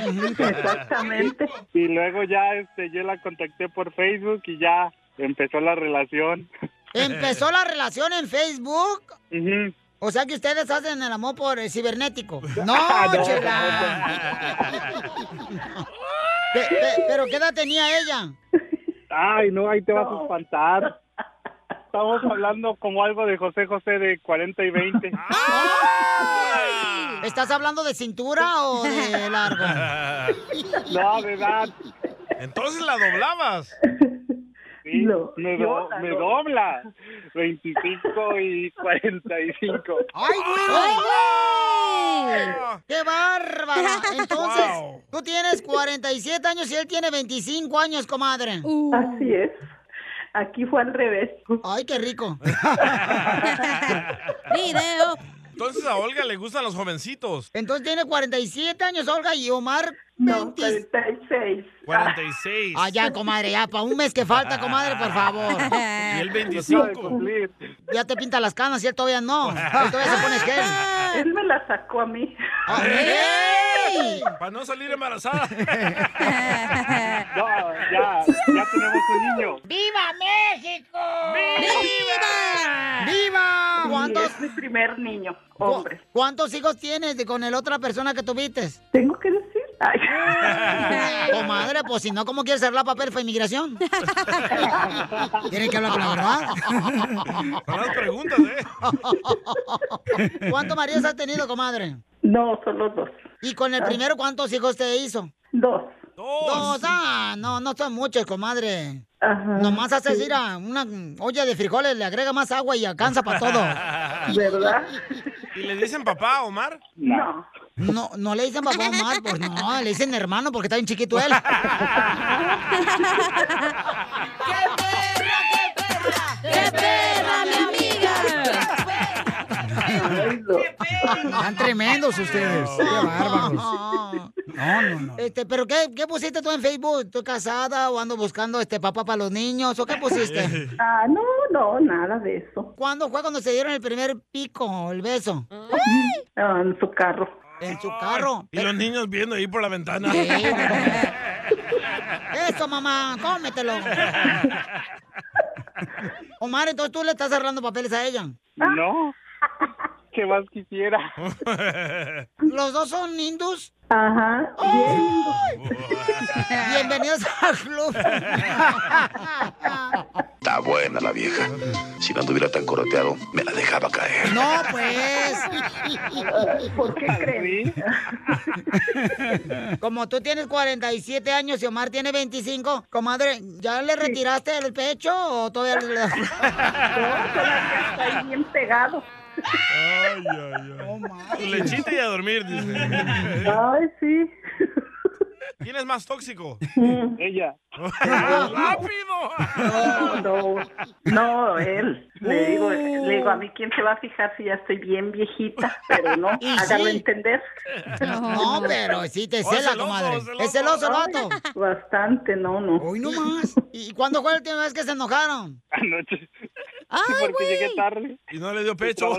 S15: Y luego ya este yo la contacté por Facebook y ya empezó la relación.
S1: ¿Empezó la relación en Facebook?
S15: Ujú.
S1: O sea que ustedes hacen el amor por el cibernético.
S15: Ah,
S1: No,
S15: no,
S1: chela. Pe- pe- ¿Pero qué edad tenía ella?
S15: Ay, no, ahí te vas a espantar. Estamos hablando como algo de José José de 40 y 20. Ah.
S1: ¿Estás hablando de cintura o de largo?
S15: No, de edad.
S3: Entonces la doblabas.
S15: Sí,
S3: No,
S15: me,
S3: yo
S15: do-
S3: la
S15: me
S3: doblo.
S15: dobla. 25 y 45.
S1: ¡Ay, güey! ¡Qué bárbara! Entonces, tú tienes 47 años y él tiene 25 años, comadre.
S23: Uh. Así es. Aquí fue al revés.
S1: ¡Ay, qué rico!
S10: Video.
S3: Entonces a Olga le gustan los jovencitos.
S1: Entonces tiene 47 años Olga y Omar 46.
S3: 46.
S1: Ah, ya, comadre, ya, para un mes que falta, comadre, por favor.
S3: Y el 25.
S1: Ya te pinta las canas y él todavía no. Él todavía se pone gel. Ah. Él me la sacó a mí.
S3: Para no salir embarazada.
S15: No, ya, ya tenemos un niño.
S1: ¡Viva México! ¡Viva! ¡Viva! ¿Cuántos,
S14: primer niño, hombre.
S1: ¿Cu- ¿Cuántos hijos tienes de- con el otra persona que tuviste?
S14: Tengo que decir.
S1: Comadre, pues si no, ¿cómo quieres cerrar papel para inmigración? ¿Tienes que hablar con la verdad?
S3: Con las preguntas,
S1: ¿eh? ¿Cuántos maridos has tenido, comadre?
S14: No, solo dos.
S1: ¿Y con el
S14: Ah.
S1: primero cuántos hijos te hizo?
S14: Dos.
S1: Dos, ah, no, no son muchos, comadre.
S14: Ajá,
S1: Nomás haces
S14: sí.
S1: ir a una olla de frijoles, le agrega más agua y alcanza para todo.
S14: ¿Verdad?
S3: ¿Y le dicen papá, Omar?
S14: No.
S1: No, no le dicen papá Omar, pues no, le dicen hermano porque está bien chiquito él.
S14: ¡Qué perra, mi amiga!
S1: Están tremendos ustedes. Qué bárbaros. No, no, no. Este, ¿Pero qué, qué pusiste tú en Facebook? ¿Estoy casada o ando buscando este papá para los niños? ¿O qué pusiste?
S14: Ah, no, no, nada de eso.
S1: ¿Cuándo fue cuando se dieron el primer pico, el beso?
S14: Ah, en su carro.
S1: En su carro.
S3: Y los niños viendo ahí por la ventana.
S1: Eso, mamá, cómetelo. Omar, entonces tú le estás cerrando papeles a ella.
S15: No. ¿Qué más quisiera?
S1: ¿Los dos son hindus?
S14: Ajá.
S1: Bienvenidos al club.
S10: Está buena la vieja. Si no anduviera tan coroteado, me la dejaba caer.
S1: No, pues.
S14: ¿Por qué crees?
S1: Como tú tienes 47 años y Omar tiene 25, comadre, ¿ya le retiraste el pecho o todavía le...
S14: Está ahí bien pegado.
S3: Ay,
S1: Oh,
S3: ay, ay. Tu lechita y a dormir, dice.
S14: Ay, sí.
S3: ¿Quién es más tóxico?
S15: Ella.
S14: No, no, no, él. Le digo, le digo, a mí quién se va a fijar si ya estoy bien viejita, pero no,
S1: Y
S14: hágalo
S1: sí.
S14: entender.
S1: No, pero sí te
S14: Oh,
S1: cela,
S14: celoso,
S1: comadre. Es celoso el vato.
S14: Bastante, no, no.
S1: Hoy no más. ¿Y cuándo fue la última vez que se enojaron?
S15: Anoche.
S1: ¡Ay,
S15: Porque llegué tarde.
S3: Y no le dio pecho.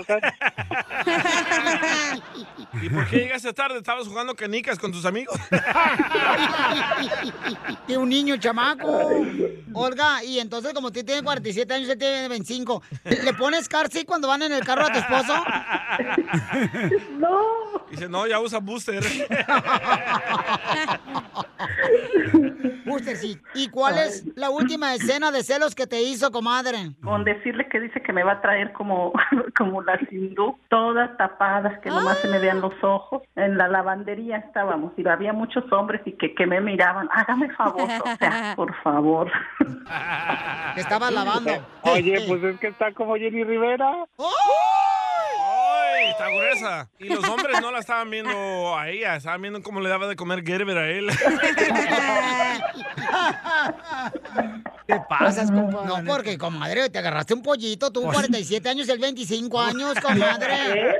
S3: ¿Y por qué llegaste tarde? ¿Estabas jugando canicas con tus amigos?
S1: Y un niño chamaco. Olga, y entonces como tú tienes 47 años, él tiene 25, ¿le pones car seat cuando van en el carro a tu esposo?
S14: No.
S3: Dice, no, ya usa booster.
S1: Booster, sí. ¿Y cuál es la última escena de celos que te hizo, comadre?
S14: Con decirle que dice que me va a traer como, como las hindú, todas tapadas, que nomás se me vean los ojos. En la lavandería estábamos y había muchos hombres y que, que me miraban. Hágame favor, o sea, por favor.
S1: Estaba lavando.
S15: Oye, pues es que está como Jenny Rivera.
S3: ¡Ay, está gruesa! Y los hombres no la estaban viendo a ella, estaban viendo cómo le daba de comer Gerber a él.
S1: ¿Qué pasas, compadre? No, porque, comadre, te agarraste un pollito, tú 47 años, él 25 años, comadre.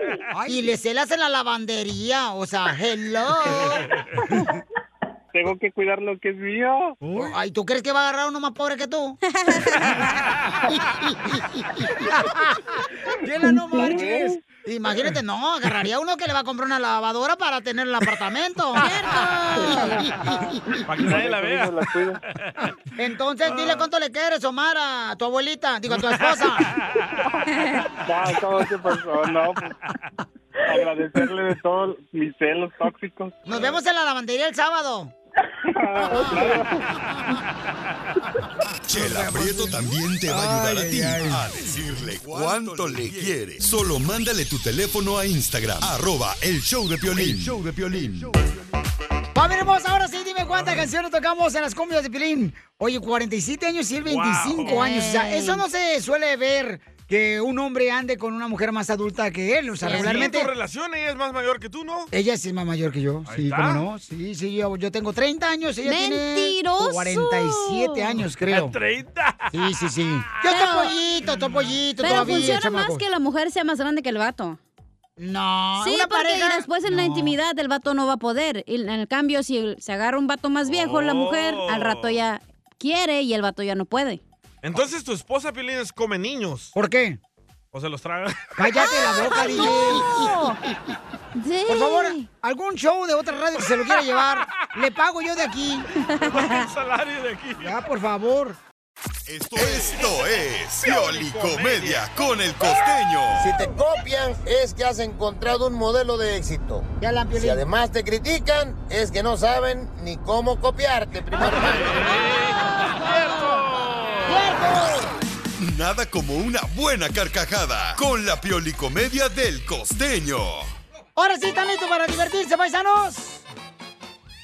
S1: Y le celas en la lavandería, o sea, hello.
S15: Tengo que cuidar lo que es mío.
S1: Ay, ¿tú crees que va a agarrar uno más pobre que tú? Chela, no marches. Imagínate, no, agarraría uno que le va a comprar una lavadora para tener el apartamento.
S3: Para que nadie la vea.
S1: Entonces,
S3: Ah.
S1: dile cuánto le quieres, Omar, a tu abuelita, digo, a tu esposa.
S15: No, ¿cómo que pasó? No, pues, agradecerle de todos mis celos tóxicos.
S1: Nos vemos en la lavandería el sábado.
S7: Chela Prieto también te va a ayudar a ti a decirle cuánto le quiere. Solo mándale tu teléfono a Instagram, arroba el show de Piolín. show de Piolín.
S1: Vamos, hermosa, ahora sí, dime cuántas canciones tocamos en las cumbias de Pilín. Oye, 47 años y él 25
S24: Wow.
S1: años. O sea,
S24: Ey.
S1: eso no se suele ver que un hombre ande con una mujer más adulta que él. O sea,
S3: Sí,
S1: regularmente...
S3: En tu relación ella es más mayor que tú, ¿no?
S1: Ella sí es más mayor que yo. sí,
S3: está.
S1: cómo no. Sí, sí, yo, yo tengo 30 años. Ella
S2: ¡Mentiroso!
S1: Tiene 47 años, creo.
S3: ¿30?
S1: Sí, sí, sí. Yo estoy pollito, estoy pollito
S2: Pero
S1: todavía,
S2: funciona
S1: chamaco.
S2: más que la mujer sea más grande que el vato.
S1: No,
S2: sí,
S1: una
S2: porque
S1: pareja-
S2: después en la
S1: No.
S2: intimidad el vato no va a poder. Y en el cambio, si se agarra un vato más viejo, la mujer al rato ya quiere y el vato ya no puede.
S3: Entonces tu esposa, Pilines, come niños.
S1: ¿Por qué?
S3: O se los traga.
S1: Cállate la boca, DJ. Por favor, algún show de otra radio que se lo quiera llevar, le pago yo de aquí.
S3: salario de aquí.
S1: Ya, por favor.
S7: Esto, esto es Pioli Comedia con el costeño.
S12: Si te copian, es que has encontrado un modelo de éxito.
S1: Ya la
S12: Si además te critican, es que no saben ni cómo copiarte, primo
S1: Ah.
S7: Nada como una buena carcajada con la Pioli Comedia del costeño.
S1: Ahora sí, están listos para divertirse, paisanos.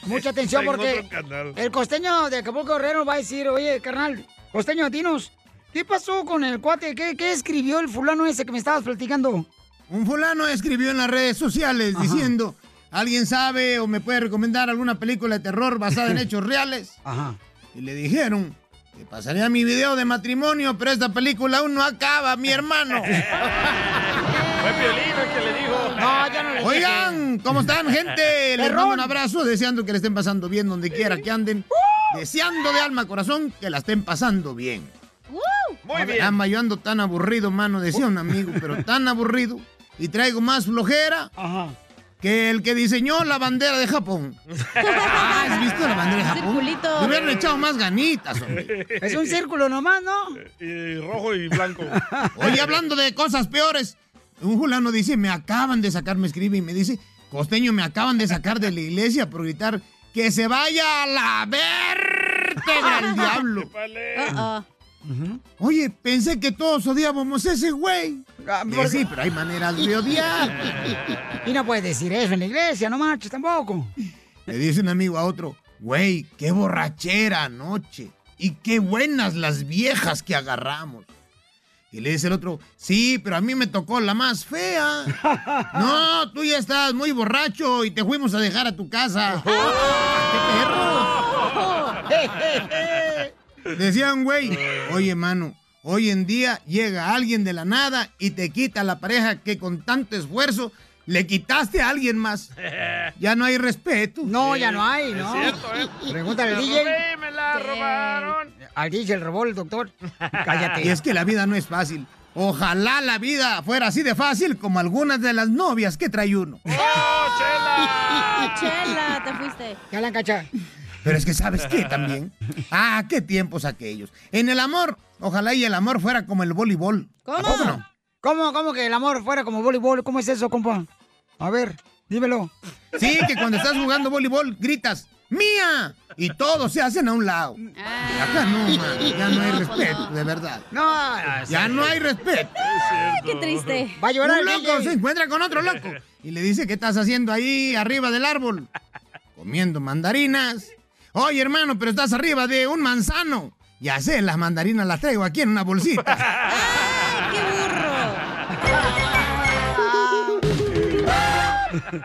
S1: Mucha atención
S7: Tengo
S1: porque
S7: otro canal.
S1: el costeño de Acapulco Guerrero va a decir, oye, carnal, costeño, dinos, ¿qué pasó con el cuate? ¿Qué, qué escribió el fulano ese que me estabas platicando?
S13: Un fulano escribió en las redes sociales diciendo, ¿alguien sabe o me puede recomendar alguna película de terror basada en hechos reales?
S24: Ajá.
S13: Y le dijeron, te pasaría mi video de matrimonio, pero esta película aún no acaba, mi hermano.
S25: Fue Piolín el que le dijo.
S1: No, yo no
S13: Oigan, ¿cómo están, gente? Les mando un abrazo, deseando que le estén pasando bien donde quiera que anden.
S1: Uh.
S13: Deseando de alma, corazón, que la estén pasando bien.
S25: Muy
S13: Ama,
S25: bien.
S13: yo ando tan aburrido, mano, decía un amigo, pero tan aburrido. Y traigo más flojera que el que diseñó la bandera de Japón. Ah, ¿Has visto la bandera de Japón?
S25: Circulito.
S13: Le hubieran echado más ganitas, hombre.
S1: Es un círculo nomás, ¿no?
S13: Y rojo y blanco. Oye, hablando de cosas peores, un fulano dice, me acaban de sacar, me escribe y me dice, costeño, me acaban de sacar de la iglesia por gritar, que se vaya a la vértebra al diablo. Oye, pensé que todos odiábamos a ese güey.
S1: ¿por
S13: sí,
S1: qué?
S13: pero hay maneras de odiar.
S1: Y no puedes decir eso en la iglesia, no marches tampoco.
S13: Le dice un amigo a otro, güey, qué borrachera anoche. Y qué buenas las viejas que agarramos. Y le dice el otro, sí, pero a mí me tocó la más fea. No, tú ya estás muy borracho y te fuimos a dejar a tu casa. Decían, güey, oye, mano, hoy en día llega alguien de la nada y te quita la pareja que con tanto esfuerzo le quitaste a alguien más. Ya no hay respeto.
S1: No, ya no hay, ¿no?
S3: ¿eh?
S1: Pregúntale al DJ.
S25: me la robaron.
S1: Al DJ el robó el doctor. Cállate.
S13: Y es que la vida no es fácil. Ojalá la vida fuera así de fácil como algunas de las novias que trae uno.
S3: ¡Oh,
S2: chela! chela, te fuiste.
S1: Ya la cacha.
S13: Pero es que sabes qué también. Ah, qué tiempos aquellos. En el amor, ojalá y el amor fuera como el voleibol.
S1: ¿Cómo? ¿Cómo, cómo que el amor fuera como voleibol? ¿Cómo es eso, compa? A ver, dímelo.
S13: Sí, que cuando estás jugando voleibol gritas ¡Mía! Y todos se hacen a un lado. Acá no, man, ya no hay respeto, de verdad.
S1: No,
S13: Ya no hay respeto.
S1: qué triste. Va a llorar
S13: Un
S1: el
S13: loco
S1: DJ.
S13: se encuentra con otro loco y le dice, ¿qué estás haciendo ahí arriba del árbol? Comiendo mandarinas. Oye, hermano, pero estás arriba de un manzano. Ya sé, las mandarinas las traigo aquí en una bolsita.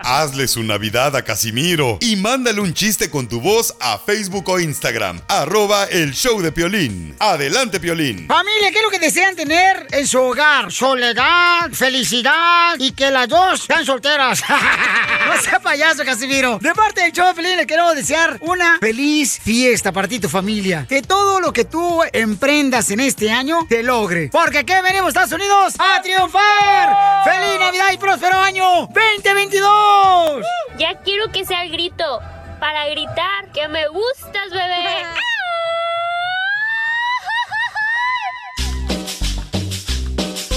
S7: Hazle su Navidad a Casimiro y mándale un chiste con tu voz a Facebook o Instagram. Arroba el show de Piolín. Adelante, Piolín.
S1: Familia, ¿qué es lo que desean tener en su hogar? Soledad, felicidad y que las dos sean solteras.
S24: No sea payaso, Casimiro. De parte del show, feliz, le queremos desear una feliz fiesta para ti y tu familia. Que todo lo que tú emprendas en este año te logre. Porque aquí venimos, Estados Unidos, a triunfar. ¡Feliz Navidad y próspero año 2022!
S8: Ya quiero que sea el grito para gritar que me gustas, bebé.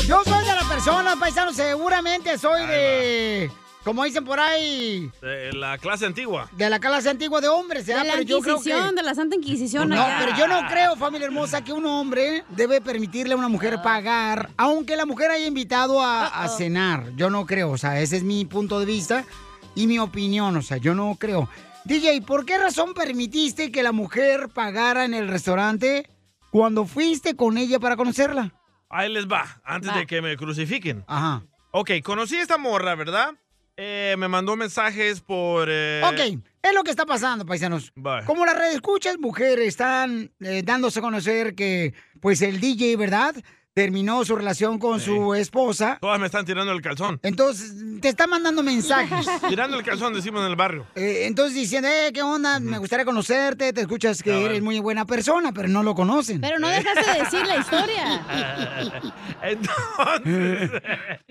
S1: Yo soy de la persona, paisano, seguramente soy de... Como dicen por ahí,
S3: De la clase antigua.
S1: de la clase antigua de hombres, ¿eh?
S2: De la
S1: Pero yo creo que-
S2: Inquisición, de la Santa Inquisición.
S1: No,
S2: allá.
S1: pero yo no creo, familia hermosa, que un hombre debe permitirle a una
S2: Ah.
S1: mujer pagar, aunque la mujer haya invitado a, a cenar. Yo no creo, o sea, ese es mi punto de vista y mi opinión, o sea, yo no creo. DJ, ¿por qué razón permitiste que la mujer pagara en el restaurante cuando fuiste con ella para conocerla?
S3: Ahí les va, antes
S1: Va.
S3: de que me crucifiquen.
S1: Ajá.
S3: Ok, conocí a esta morra, ¿verdad? Eh, me mandó mensajes por... eh,
S1: Ok, es lo que está pasando, paisanos.
S3: Va.
S1: Como las redes escuchas, mujeres están eh, dándose a conocer que, pues, el DJ, ¿verdad? Terminó su relación con su esposa.
S3: Todas me están tirando el calzón.
S1: Entonces, te está mandando mensajes.
S3: Tirando el calzón, decimos en el barrio.
S1: Eh, entonces diciendo, eh, ¿qué onda? Me gustaría conocerte, te escuchas que eres muy buena persona, pero no lo conocen.
S2: Pero no dejaste de decir la historia.
S3: Entonces,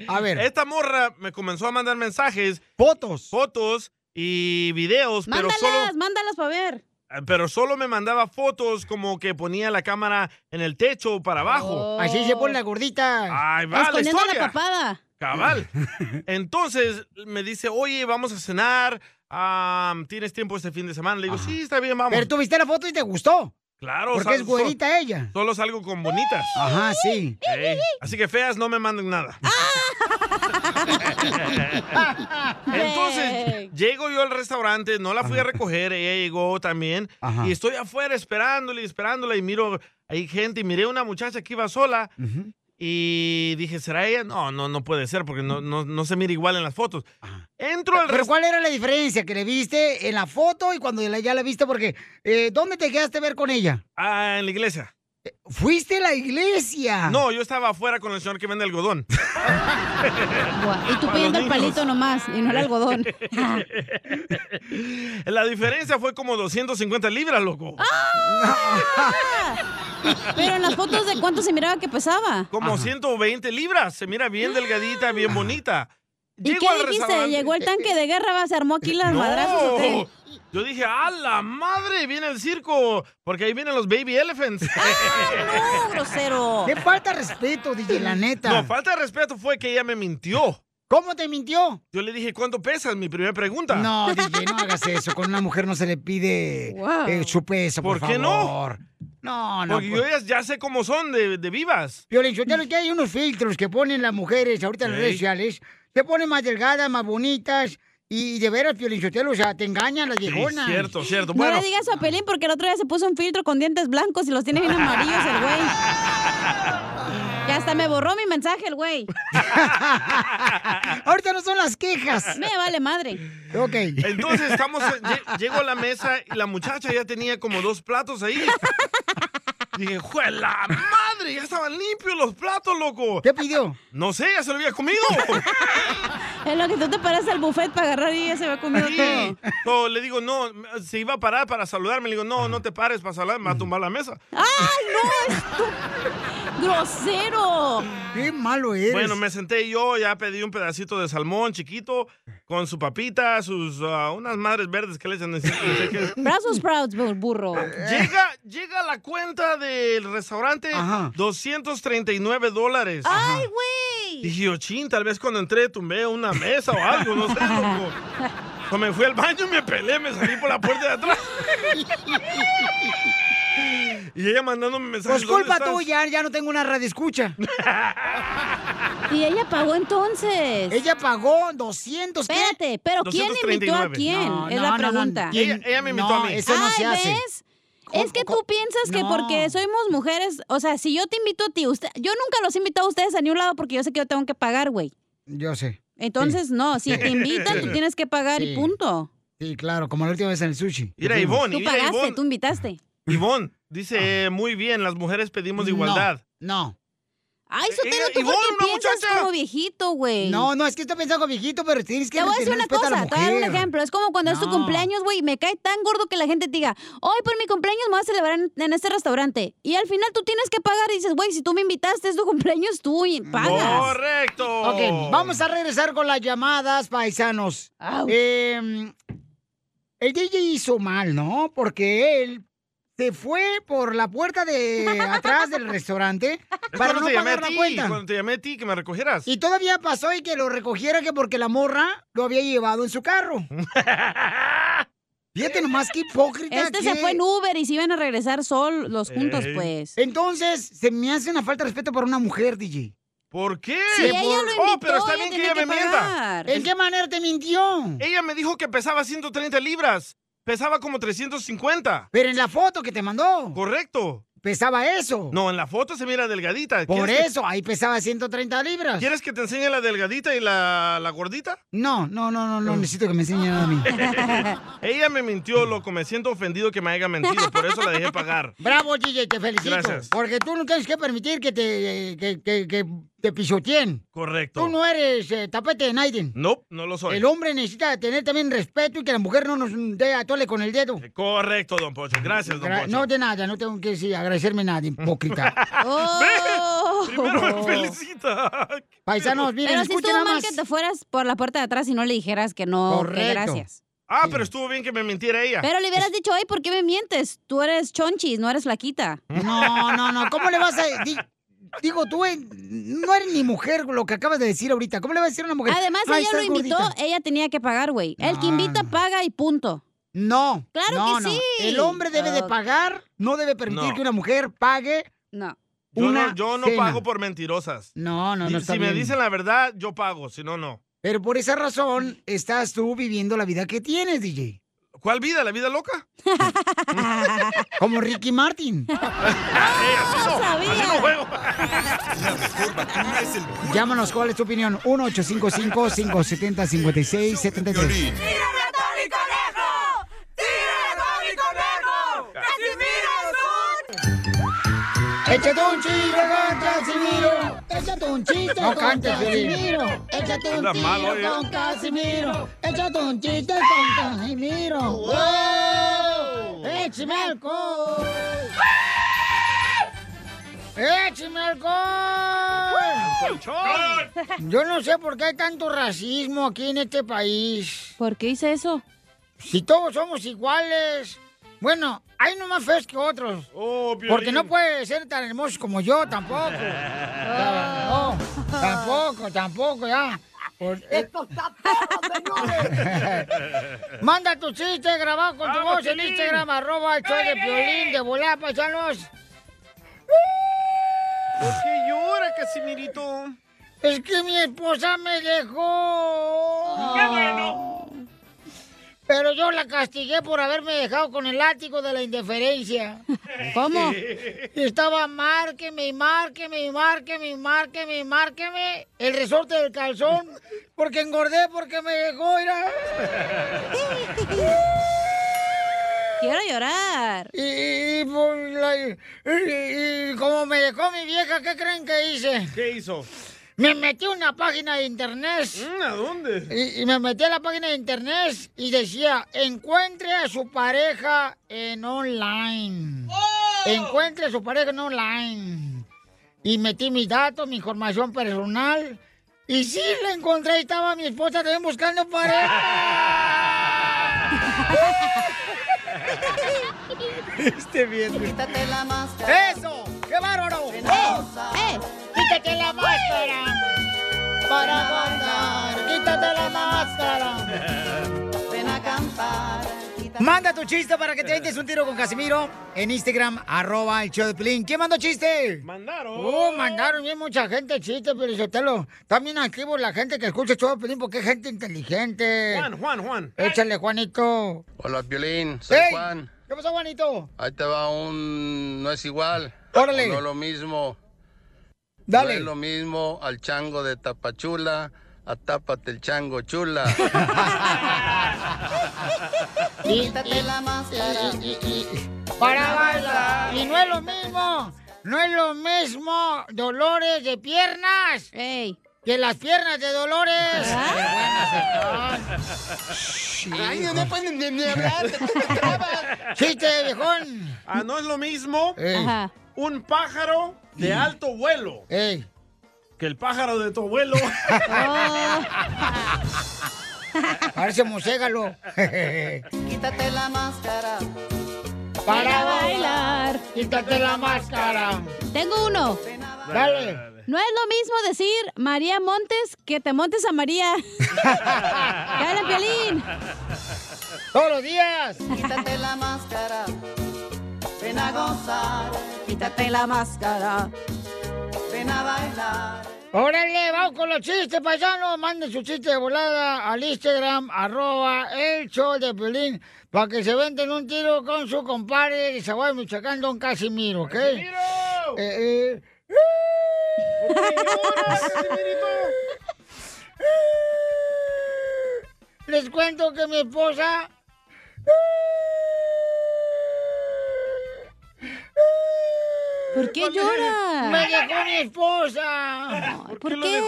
S1: a ver.
S3: Esta morra me comenzó a mandar mensajes.
S1: Fotos.
S3: Fotos y videos,
S2: Mándalas,
S3: pero solo.
S2: mándalas para ver.
S3: eh, pero solo me mandaba fotos como que ponía la cámara en el techo o para abajo.
S1: Así se pone la gordita.
S3: Ahí va la
S2: Escondiendo la
S3: historia.
S2: papada.
S3: Cabal. Entonces me dice, oye, vamos a cenar. ah, ¿Tienes tiempo este fin de semana? Le digo, sí, está bien, vamos.
S1: Pero tú viste la foto y te gustó.
S3: Claro,
S1: Porque
S3: sal-
S1: es güerita ella.
S3: Solo salgo con bonitas.
S1: Ajá, sí.
S3: Ey, Así que feas no me manden nada. Entonces, llego yo al restaurante, no la fui a recoger, ella llegó también.
S25: Ajá.
S3: Y estoy afuera esperándola y esperándola y miro, hay gente y miré una muchacha que iba sola. Y dije, ¿será ella? No, no, no puede ser porque no, no, no se mira igual en las fotos. Entro al
S1: Eh, Pero
S3: restaurante.
S1: ¿cuál era la diferencia que le viste en la foto y cuando la- ya la viste? Porque, eh, ¿dónde te quedaste a ver con ella?
S3: Ah, en la iglesia.
S1: ¿Fuiste a la
S2: Ah.
S1: iglesia?
S3: No, yo estaba afuera con el señor que vende algodón.
S2: Y tú
S3: Para
S2: pidiendo
S3: los
S2: el palito nomás y no el algodón.
S3: La diferencia fue como 250 libras, loco.
S2: Pero en las fotos de cuánto se miraba que pesaba.
S3: Como 120 libras. Se mira bien delgadita, bien bonita.
S2: Ah. ¿Y
S3: Llego
S2: qué
S3: al
S2: dijiste?
S3: restaurante- Eh,
S2: ¿Llegó el tanque de guerra? va, ¿Se armó aquí las
S3: No.
S2: madrazos o qué?
S3: Yo dije, ¡a la madre! Viene el circo, porque ahí vienen los baby elephants.
S2: ¡Ah, no, grosero!
S1: ¡Qué falta de respeto, DJ, la neta!
S3: No, falta de respeto fue que ella me mintió.
S1: ¿Cómo te mintió?
S3: Yo le dije, ¿cuánto pesas? Mi primera pregunta.
S1: No, DJ, no hagas eso. Con una mujer no se le pide
S3: Wow.
S1: eh, su peso, por,
S3: ¿Por qué
S1: favor.
S3: no?
S1: No, no,
S3: Porque
S1: pues.
S3: yo ya, ya sé cómo son de, de vivas.
S1: Piolín, Sotelo, que hay unos filtros que ponen las mujeres ahorita en las
S3: Ey.
S1: redes sociales. Se ponen más delgadas, más bonitas. Y de veras, Piolín, Sotelo, o sea, te engañan las viejonas.
S3: cierto, cierto.
S2: No le digas eso a Pelín porque el otro día se puso un filtro con dientes blancos y los tiene bien amarillos el güey. Y hasta me borró mi mensaje el güey.
S1: Ahorita no son las quejas.
S2: Me vale madre.
S1: Ok.
S3: Entonces estamos, eh, lle- llego a la mesa y la muchacha ya tenía como dos platos ahí. Dije, ¡juela madre! Ya estaban limpios los platos, loco.
S1: ¿Qué pidió?
S3: No sé, ya se lo había comido.
S2: En lo que tú te paras al buffet para agarrar y ya se va comiendo todo.
S3: No, le digo, no, se iba a parar para saludarme. Le digo, no, no te pares para saludarme, me va a tumbar la mesa.
S2: ¡Ay, no! ¡Grosero!
S1: ¡Qué malo eres!
S3: Bueno, me senté yo, ya pedí un pedacito de salmón chiquito con su papita, sus ah, unas madres verdes que le echan. no sé qué.
S2: Brazos sprouts, bur- burro.
S3: Llega, llega la cuenta del restaurante, Pues, 239 dólares.
S2: ¡Ay, güey!
S3: Dije, yo, chin, tal vez cuando entré tumbé una mesa o algo, no sé, loco. Cuando me fui al baño me peleé, me salí por la puerta de atrás. Y ella mandándome mensajes.
S1: Pues culpa
S3: "¿Dónde
S1: tuya, ya no tengo una radio escucha.
S2: ¿Y ella pagó entonces?
S1: Ella pagó 200. ¿qué?
S2: Espérate, Eh, pero ¿quién invitó a quién?
S1: No,
S2: es
S1: no,
S2: la
S1: no, no,
S2: pregunta.
S1: ¿quién? No, Eso no
S2: Ay,
S1: se hace.
S2: ¿ves? Es que tú piensas que
S1: No.
S2: porque somos mujeres, o sea, si yo te invito a ti, usted, yo nunca los invito a ustedes a ningún lado porque yo sé que yo tengo que pagar, güey.
S1: Yo sé.
S2: Entonces, no, si te invitan, tú tienes que pagar y
S1: Sí.
S2: punto.
S1: Sí, claro, como la última vez en el sushi.
S3: Mira, Ivonne,
S2: Tú
S3: mira,
S2: pagaste,
S3: Ivonne.
S2: tú invitaste.
S3: Ivonne dice, muy bien, las mujeres pedimos igualdad.
S1: Ah. No.
S2: Ay, Sotelo, ¿tú por qué piensas como viejito, güey?
S1: No, no, es que estoy pensando como viejito, pero tienes que
S2: Te voy a decir
S1: tener
S2: una
S1: respeto
S2: cosa,
S1: la
S2: te voy a dar un
S1: mujer.
S2: ejemplo. Es como cuando es tu
S1: No.
S2: cumpleaños, güey, y me cae tan gordo que la gente te diga, hoy por mi cumpleaños me vas a celebrar en, en este restaurante. Y al final tú tienes que pagar y dices, güey, si tú me invitaste, es tu cumpleaños, tú y pagas.
S3: ¡Correcto!
S1: Ok, vamos a regresar con las llamadas, paisanos. Eh, el DJ hizo mal, ¿no? Porque él se fue por la puerta de atrás del restaurante para
S3: cuando
S1: no
S3: te llamé
S1: pagar
S3: a
S1: la
S3: ti,
S1: cuenta.
S3: cuando te llamé a ti, que me recogieras.
S1: Y todavía pasó y que lo recogiera que porque la morra lo había llevado en su carro. Fíjate nomás qué hipócrita.
S2: Este se
S1: qué-
S2: fue en Uber y se iban a regresar solos los juntos,
S1: Ey.
S2: pues.
S1: Entonces, se me hace una falta de respeto para una mujer, DJ.
S3: ¿Por qué?
S1: Sí, ella lo
S3: oh,
S1: invitó,
S3: pero está
S1: ella
S3: bien que
S1: tenía
S3: ella
S1: que
S3: me mienta.
S1: pagar. ¿En qué manera te mintió?
S3: Ella me dijo que pesaba 130 libras. Pesaba como 350.
S1: Pero en la foto que te mandó.
S3: Correcto.
S1: Pesaba eso.
S3: No, en la foto se mira delgadita.
S1: Por
S3: ¿Quieres que-
S1: eso, ahí pesaba 130 libras.
S3: ¿Quieres que te enseñe la delgadita y la, la gordita?
S1: No, no, no,
S3: Oh.
S1: no, no necesito que me enseñen nada a mí.
S3: Ella me mintió, loco. Me siento ofendido que me haya mentido. Por eso la dejé pagar.
S1: Bravo, DJ, te felicito.
S3: Gracias.
S1: Porque tú no tienes que permitir que te, eh, que, que- que te pisoteen.
S3: Correcto.
S1: Tú no eres eh, tapete de Naiden.
S3: Nope, no lo soy.
S1: El hombre necesita tener también respeto y que la mujer no nos dé atole con el dedo.
S3: Correcto, don Pocho. Gracias, don
S1: Gra-
S3: Pocho.
S1: No, de nada, no tengo que decir, agradecerme nada, hipócrita.
S3: Primero
S2: Oh.
S3: me felicita.
S1: Paisanos, miren,
S2: Pero sí estuvo
S1: escuchen nada
S2: mal
S1: más.
S2: que te fueras por la puerta de atrás y no le dijeras que no, que
S1: Correcto.
S2: gracias.
S3: Ah, pero estuvo bien que me mintiera ella.
S2: Pero le hubieras dicho, ay, ¿por qué me mientes? Tú eres chonchis, no eres flaquita.
S1: No, no, no. ¿Cómo le vas a...? di- digo, tú eh, no eres ni mujer lo que acabas de decir ahorita. ¿Cómo le vas a decir a una mujer?
S2: Además,
S1: "Ay,
S2: ella
S1: estás
S2: lo invitó, eh,
S1: gordita"? Ah.
S2: ella tenía que pagar, güey. El que invita, paga y punto.
S1: No.
S2: Claro
S1: No,
S2: que
S1: no.
S2: sí.
S1: El hombre debe de
S2: Ok.
S1: pagar, no debe permitir
S3: No.
S1: que una mujer pague.
S2: No.
S3: Yo
S1: una
S3: no, yo no
S1: cena.
S3: pago por mentirosas.
S1: No, no, no
S3: Si
S1: está
S3: me
S1: bien.
S3: dicen la verdad, yo pago, si no, no.
S1: Pero por esa razón estás tú viviendo la vida que tienes, DJ.
S3: ¿Cuál vida? ¿La vida loca?
S1: Como Ricky Martin.
S2: Ah,
S1: Llámanos, ¿cuál es tu opinión? 1-855-570-5673. Échate un chiste con Casimiro. Échate un chiste
S25: No
S1: con
S25: cantes, Piolín.
S1: Casimiro. Échate un
S25: Andas
S1: tiro
S25: mal hoy, ¿eh?
S1: con Casimiro. Échate un chiste con Casimiro. ¡Wow! ¡Échame alcohol! ¡Échame alcohol! Yo no sé por qué hay tanto racismo aquí en este país.
S2: ¿Por qué hice eso?
S1: Si todos somos iguales. Bueno, hay unos más feos que otros. porque no puede ser tan hermosos como yo tampoco. Ya, no, tampoco, tampoco, ya. Por- eh, manda tu chiste grabado con tu
S25: Vamos,
S1: voz en
S25: Piolín.
S1: Instagram, arroba el show de
S25: Dale, dale.
S1: violín de volar, paisanos.
S3: ¿Por qué llora, Casimirito?
S1: Es que mi esposa me dejó.
S25: ¡Qué
S1: Pero yo la castigué por haberme dejado con el látigo de la indiferencia.
S25: ¿Cómo?
S1: Y estaba márqueme y márqueme y márqueme y márqueme y márqueme el resorte del calzón porque engordé porque me dejó.
S2: Quiero llorar.
S1: Y, y- y por la- y- y- y como me dejó mi vieja, ¿qué creen que hice?
S3: ¿Qué hizo? Mm,
S1: Me metí a una página de internet.
S3: ¿A dónde?
S1: Y, y me metí a la página de internet y decía, encuentre a su pareja en online. Encuentre a su pareja en online. Y metí mis datos, mi información personal. Y sí, la encontré y estaba mi esposa también buscando pareja.
S25: Este bien.
S1: Quítate la máscara. ¡Eso! ¡Qué bárbaro! ¡Eh! ¡Eh! ¡Quítate la máscara! Para guardar, quítate la máscara. Ven a cantar. Manda tu chiste para que te eches un tiro con Casimiro en Instagram, arroba el show de Pelín. ¿Quién mandó chiste? Mandaron. Oh, mandaron bien mucha gente chiste, pero Sotelo. También activo la gente que escucha el show de Pelín porque es gente inteligente.
S3: Juan, Juan, Juan.
S1: Échale, Juanito.
S4: Hola, Piolín, soy
S1: Ey,
S4: Juan.
S1: ¿Qué pasó, Juanito?
S4: Ahí te va un... no es igual.
S1: Órale.
S4: No es lo mismo.
S1: Dale.
S4: No es lo mismo al chango de Tapachula, a Tápate el chango chula.
S25: Quítate la máscara.
S1: Para bailar. Y no es lo mismo, no es lo mismo dolores de piernas que las piernas de dolores.
S10: ¿Ah?
S25: Ay, no
S1: pueden ni hablar, Chiste, viejón.
S3: Ah, no es lo mismo
S25: Ey. Ajá.
S3: un pájaro de alto vuelo que el pájaro de tu abuelo.
S1: Oh. Parece mocégalo.
S25: Quítate la máscara.
S1: Para bailar. Quítate la máscara.
S2: Tengo uno.
S1: Dale.
S2: No es lo mismo decir María Montes que te montes a María. Dale, Piolín.
S1: Todos los días.
S25: Quítate la máscara. Ven a gozar.
S2: Quítate la máscara.
S25: Ven a bailar.
S1: Órale, vamos con los chistes, paisanos. Manden su chiste de volada al Instagram, arroba el show de Pelín, para que se venden un tiro con su compadre de Zaguay, Michoacán, don Casimiro, ¿ok? ¡Casimiro! Eh, eh. Les cuento que mi esposa
S2: ¿Por qué llora?
S1: Me dejó mi esposa. ¿Por,
S2: qué lo qué?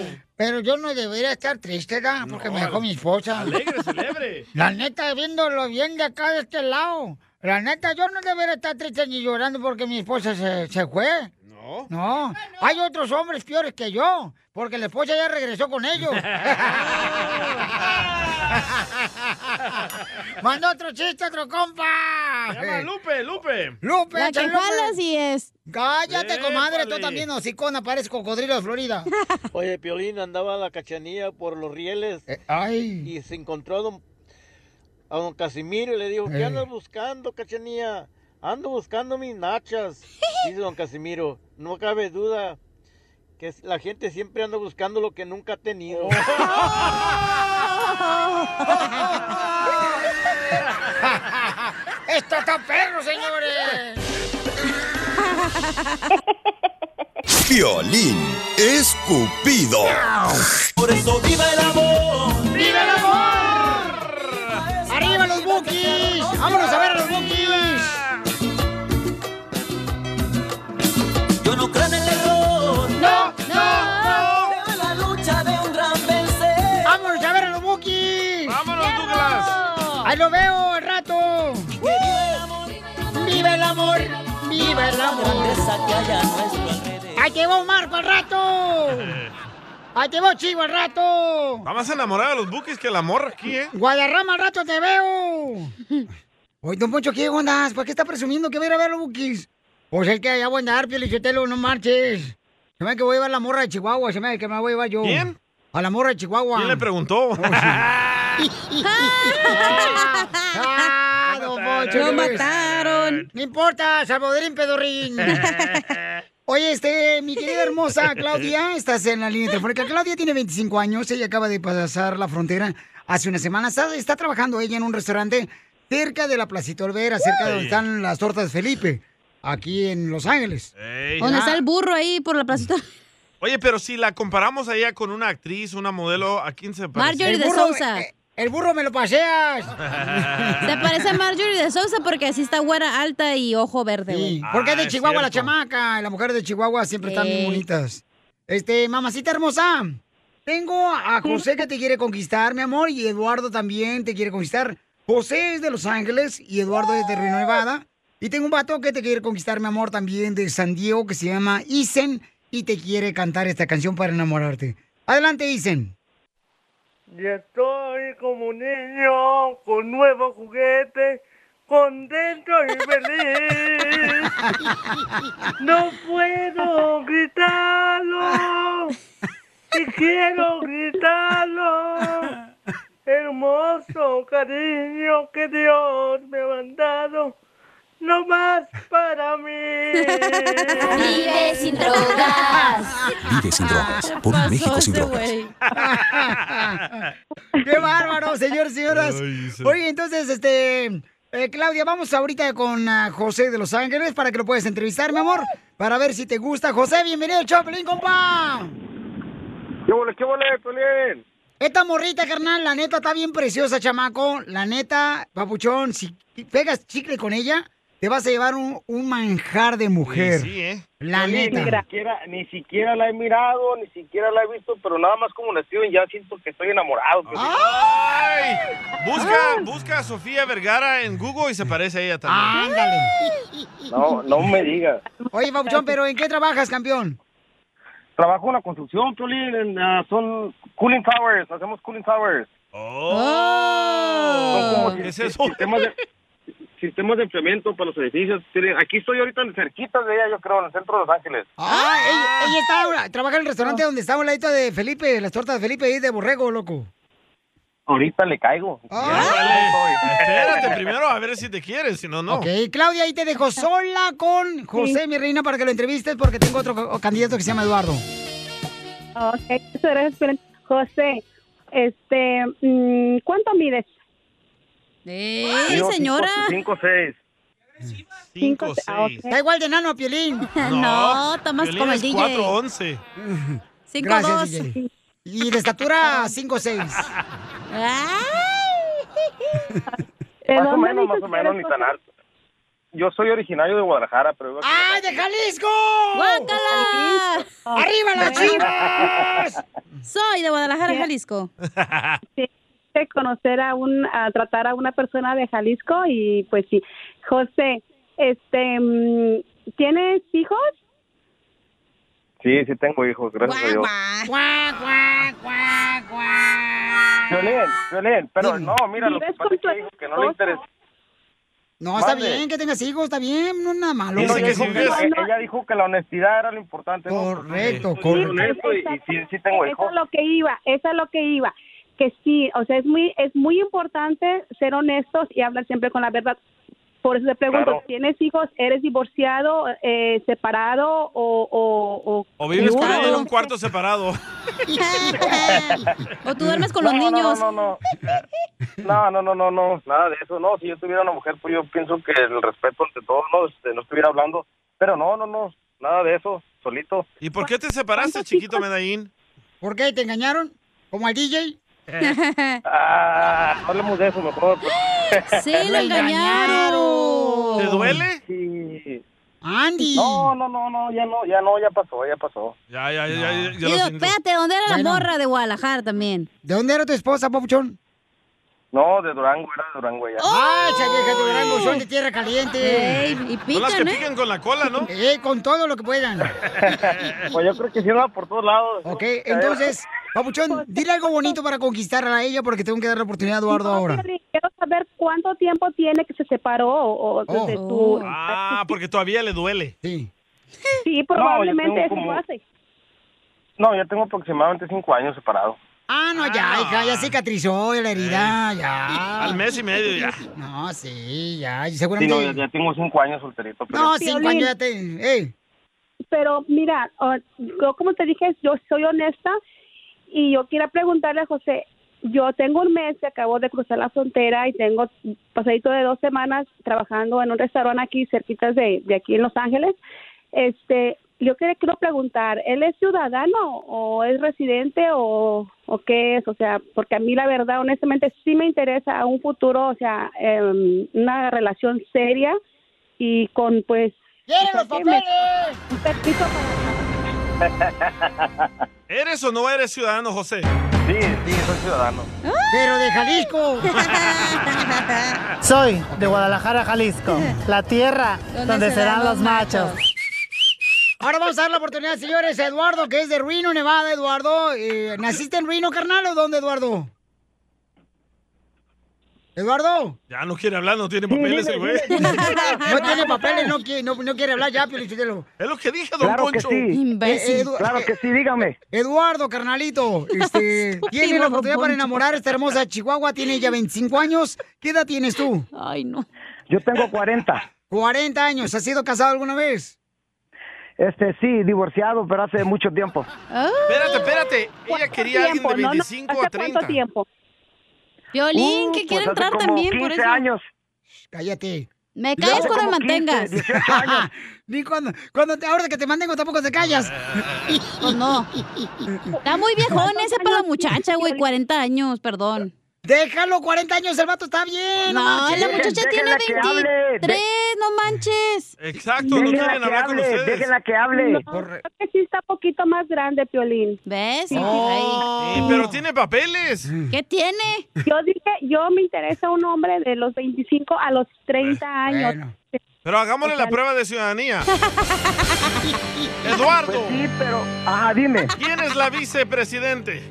S2: dejó?
S1: Pero yo no debería estar triste, ¿verdad? Porque me dejó mi esposa.
S25: alegre, celebre.
S1: La neta, viéndolo bien de acá de este lado. La neta, yo no debería estar triste ni llorando porque mi esposa se, se fue. No. No. Hay otros hombres peores que yo. Porque la esposa ya regresó con ellos.
S10: Manda otro chiste, otro compa.
S3: Se llama Lupe, Lupe.
S10: Lupe,
S2: La que
S10: échale,
S2: jala
S10: Lupe.
S2: sí es.
S10: Cállate, comadre, tú
S25: Épale.
S10: también, hocicona, pareces cocodrilo de Florida.
S25: Oye, Piolín andaba la cachanilla por los rieles
S10: Eh,
S25: y se encontró a don, a don Casimiro y le dijo,
S10: Eh.
S25: ¿qué andas buscando, cachanilla? Ando buscando mis nachas. Dice don Casimiro, no cabe duda que la gente siempre anda buscando lo que nunca ha tenido.
S10: ¡Oh! ¡Esto está perro, señores!
S7: Violín escupido.
S9: Por eso viva el amor.
S10: ¡Viva el amor! ¡Arriba los bookies! ¡Vámonos a ver a los bookies!
S9: Yo no creo en el error.
S10: No, no,
S9: no. Creo en la lucha de un gran vencer.
S10: ¡Vámonos a ver a los bookies!
S9: ¡Vámonos, ¡Fierro!
S10: Douglas! ¡Ahí lo veo al rato! ¡Viva el amor! ¡Viva el amor! ¡Ahí te va Omar al rato! ¡Ahí te va Chivo al rato!
S3: Está más enamorada de los buques que la morra aquí, ¿eh?
S10: ¡Guadarrama al rato te veo!
S1: Oye, don Poncho, ¿qué onda? ¿Para qué está presumiendo que va a ir a ver los bookies?
S10: Pues es que allá voy a andar, Pielichotelo, no marches. Se me hace que voy a llevar la morra de Chihuahua, se me hace que me voy a llevar yo.
S3: ¿Quién?
S10: A la morra de Chihuahua. Oh,
S3: ¿Quién le preguntó?
S10: ¡Ah, don Poncho!
S1: Lo
S10: mataron! No importa, Salvadorín Pedorrín.
S1: Oye, este, mi querida hermosa Claudia, estás en la línea telefónica. Claudia tiene 25 años, ella acaba de pasar la frontera hace una semana. Está, está trabajando ella en un restaurante cerca de la Placita Olvera, cerca de donde
S10: Sí.
S1: están las tortas Felipe, aquí en Los Ángeles. Ah. Mm.
S2: ¿Dónde está el burro ahí por la placita?
S3: Oye, pero si la comparamos a ella con una actriz, una modelo, ¿a quién se parece?
S2: Marjorie de Sousa.
S1: eh,
S10: El burro me lo paseas.
S2: Se parece a Marjorie de Sousa porque así está güera alta y ojo verde, güey.
S1: Porque es
S3: Ah,
S1: de Chihuahua la chamaca, y las mujeres de Chihuahua siempre están muy
S2: Ey.
S1: bonitas. Este, mamacita hermosa, tengo a José que te quiere conquistar, mi amor, y Eduardo también te quiere conquistar. José es de Los Ángeles y Eduardo es de Reno Nevada. Y tengo un vato que te quiere conquistar, mi amor, también de San Diego, que se llama Isen, y te quiere cantar esta canción para enamorarte. Adelante, Isen.
S15: Y estoy como un niño con nuevos juguetes, contento y feliz. No puedo gritarlo y quiero gritarlo. Hermoso cariño que Dios me ha mandado, no más para mí.
S9: Vive sin drogas.
S26: Vive sin drogas. Por un México sin drogas.
S1: ¡Qué bárbaro, señores y señoras! Oye, entonces, este. eh, Claudia, vamos ahorita con ah, José de Los Ángeles para que lo puedas entrevistar, mi amor, para ver si te gusta. José, bienvenido al Choplin, compa.
S15: ¿Qué vole, qué vole, Piolín?
S1: Esta morrita, carnal, la neta está bien preciosa, chamaco. La neta, papuchón, si pegas chicle con ella, te vas a llevar un, un manjar de mujer.
S15: ¿eh?
S1: ¿eh? La
S15: Oye,
S1: neta.
S15: Ni siquiera, ni siquiera la he mirado, ni siquiera la he visto, pero nada más como la Steven ya siento que estoy enamorado. pues.
S1: Ah,
S3: ¡Ay!
S2: Ah.
S3: Busca, busca a Sofía Vergara en Google y se parece a ella
S2: Ah.
S3: también.
S1: Ándale.
S15: No, no me digas.
S1: Oye, papuchón, pero ¿en qué trabajas, campeón?
S15: Trabajo en la construcción, Piolín, en, ah, son cooling towers, hacemos cooling towers.
S3: ¡Oh!
S15: Son como si- Sistemas de, sistemas de enfriamiento para los edificios. Piolín. Aquí estoy ahorita cerquita de ella, yo creo, en el centro de Los Ángeles.
S1: Ah, ella, ella está ahora- trabaja en el restaurante donde está a un ladito de Felipe, las tortas de Felipe y de borrego, loco.
S15: Ahorita le caigo.
S2: Ah.
S3: Espérate primero a ver si te quieres, si no, no.
S1: Ok, Claudia, ahí te dejo sola con José, mi reina, para que lo entrevistes porque tengo otro co- candidato que se llama Eduardo.
S27: Ok, muchas gracias, Piolín. José, este, mm, ¿cuánto mides?
S2: ¡Eh,
S15: Yo
S2: señora!
S15: Cinco, cinco, seis.
S2: Cinco, seis. Ah, ok.
S1: Está igual de nano, Piolín.
S2: No, está más Piolín como el es DJ.
S3: 4'11".
S2: Cinco,
S1: Gracias,
S2: dos.
S1: DJ. Y de estatura 5'6".
S2: Ah,
S15: Más o menos, más o menos, ni tan alto. Yo soy originario de Guadalajara, pero... vivo aquí.
S1: ¡Ay, de Jalisco!
S2: ¡Guácala!
S27: ¡Arriba las
S2: chivas! Soy de Guadalajara, Jalisco.
S27: Sí, de conocer a un, a tratar a una persona de Jalisco y pues sí. José, este, mm, ¿tienes hijos?
S15: Sí, sí tengo hijos, gracias a Dios.
S10: Cuac, cuac, cuac, cuac.
S9: Violín, Violín, pero
S24: Ah. Dime.
S9: no, mira, lo que
S24: ¿Vives
S9: pasa es
S24: con tu
S9: que dijo que no le
S24: esposo?
S9: interesa.
S24: No, está
S9: Mande.
S24: bien que tengas hijos, está bien, no es nada malo.
S9: Ella dijo que la- ella dijo que la honestidad era lo importante.
S24: Correcto,
S9: correcto.
S24: correcto.
S9: honesto y, y sí, sí tengo
S27: Eso
S9: hijos.
S27: es lo que iba, eso es lo que iba. Que sí, o sea, es muy, es muy importante ser honestos y hablar siempre con la verdad. Por eso te pregunto,
S11: Claro.
S27: ¿tienes hijos? ¿Eres divorciado, eh, separado o... O, o,
S3: O vives con
S27: viudo?
S3: ella en un cuarto separado.
S27: O
S2: tú duermes con
S9: No,
S2: los
S9: no, no,
S2: niños.
S9: no, No, no, no, no, no, nada de eso, no. Si yo tuviera una mujer, pues yo pienso que el respeto ante todo, no, Este, no estuviera hablando. Pero no, no, no, nada de eso, solito.
S3: ¿Y por qué te separaste, chiquito Medallín?
S1: ¿Por qué? ¿Te engañaron? ¿Como al DJ?
S9: Ah, no hablemos de eso mejor. pues.
S1: Sí, lo engañaron.
S9: ¿Te
S3: duele?
S9: Sí.
S1: Andy.
S9: No, no, no, no, ya no, ya no, ya pasó, ya pasó.
S3: Ya, ya, ya, ya, ya
S2: Digo,
S3: lo siento.
S2: espérate, ¿dónde era la
S9: Bueno.
S2: morra de Guadalajara también?
S1: ¿De dónde era tu esposa, Papuchón?
S9: No, de Durango, era de Durango ya.
S1: ¡Ah, esa vieja de Durango! Son de tierra caliente.
S2: Ey, y
S9: Son las que pican, ¿eh?
S3: pican con la cola, ¿no?
S1: Eh, con todo lo que puedan.
S9: pues yo creo que sirva por todos lados.
S1: Ok, entonces, Papuchón, dile algo bonito para conquistarla a ella porque tengo que dar la oportunidad a Eduardo
S27: No,
S1: ahora.
S27: Piolín, Quiero saber cuánto tiempo tiene que se separó o, o
S3: Oh.
S1: Oh.
S27: desde tu...
S3: Ah, porque todavía le duele.
S1: Sí.
S27: Sí, probablemente
S9: tengo
S27: eso
S9: como-
S27: lo hace.
S9: No, yo tengo aproximadamente cinco años separado.
S1: Ah, no, ya, hija, ya cicatrizó la herida, ya.
S9: Al mes y medio ya.
S1: No, sí, ya, y
S9: Sí,
S1: seguramente...
S9: no, ya, ya tengo cinco años solterito. Pero...
S1: No, cinco
S27: Piolín.
S1: años ya te... ey.
S27: Pero mira, ah, yo como te dije, yo soy honesta y yo quiero preguntarle a José, yo tengo un mes que acabo de cruzar la frontera y tengo pasadito de dos semanas trabajando en un restaurante aquí cerquita de, de aquí en Los Ángeles. Este, yo que- quiero preguntar, ¿él es ciudadano o es residente o, o qué es? O sea, porque a mí la verdad, honestamente, sí me interesa a un futuro, o sea, em, una relación seria y con pues...
S1: los
S27: creo que me-
S1: papeles!
S27: un permiso para-
S3: ¿Eres o no eres ciudadano, José?
S9: Sí, sí, soy ciudadano.
S1: Pero de Jalisco.
S28: Soy de Guadalajara, Jalisco, la tierra donde serán los machos.
S1: Ahora vamos a dar la oportunidad, señores, a Eduardo, que es de Reno, Nevada. Eduardo, eh, ¿naciste en Reno, carnal, o dónde, Eduardo? Eduardo.
S3: Ya no quiere hablar, no tiene papeles el güey.
S1: No tiene papeles, no, qui- no, no quiere hablar ya, Piolichotelo.
S3: Es lo que dije, don Claro que Poncho. sí. Imbécil.
S1: Eh,
S3: Claro
S1: que sí, dígame. Eduardo, carnalito, este, tiene la
S28: don
S1: oportunidad para
S28: Poncho.
S1: enamorar a esta hermosa Chihuahua. Tiene ya 25 años. ¿Qué edad tienes tú?
S2: Ay, no.
S28: Yo tengo 40.
S1: 40 años. ¿Has sido casado alguna vez?
S28: Este sí, divorciado, pero hace mucho tiempo.
S3: Espérate, espérate. Ella quería a alguien de
S28: Ah. tiempo? No, no,
S3: 25 a
S28: ¿hace cuánto
S3: 30.
S27: tiempo?
S2: Violín,
S28: Uh,
S2: que
S28: pues
S2: quiere
S28: hace
S2: entrar
S28: como
S2: también por
S28: 15
S2: eso.
S28: años.
S1: Cállate.
S2: Me calles
S1: Hace
S2: cuando me
S1: como 15,
S2: mantengas.
S1: 18 años. Ni cuando, cuando te- ahora que te mantengo tampoco te callas.
S2: Pues no. Está muy viejón ese para la muchacha, güey. 40 años, perdón.
S1: Déjalo, 40 años, el vato está bien.
S2: No,
S1: no manches.
S2: la muchacha
S1: Dejen-
S2: tiene
S1: déjenla que hable,
S2: 23, no manches.
S3: Exacto,
S28: no Déjenla quieren que hablar con hable, ustedes. déjenla que hable.
S27: No, creo que sí está poquito más grande, Piolín.
S2: ¿Ves?
S3: Sí, pero tiene papeles.
S2: ¿Qué tiene?
S27: Yo dije, yo me interesa un hombre de los 25 a los 30 años.
S3: Pero hagámosle la prueba de ciudadanía. Eduardo. sí,
S28: Pues pero. Ajá, dime.
S3: ¿Quién es la vicepresidente?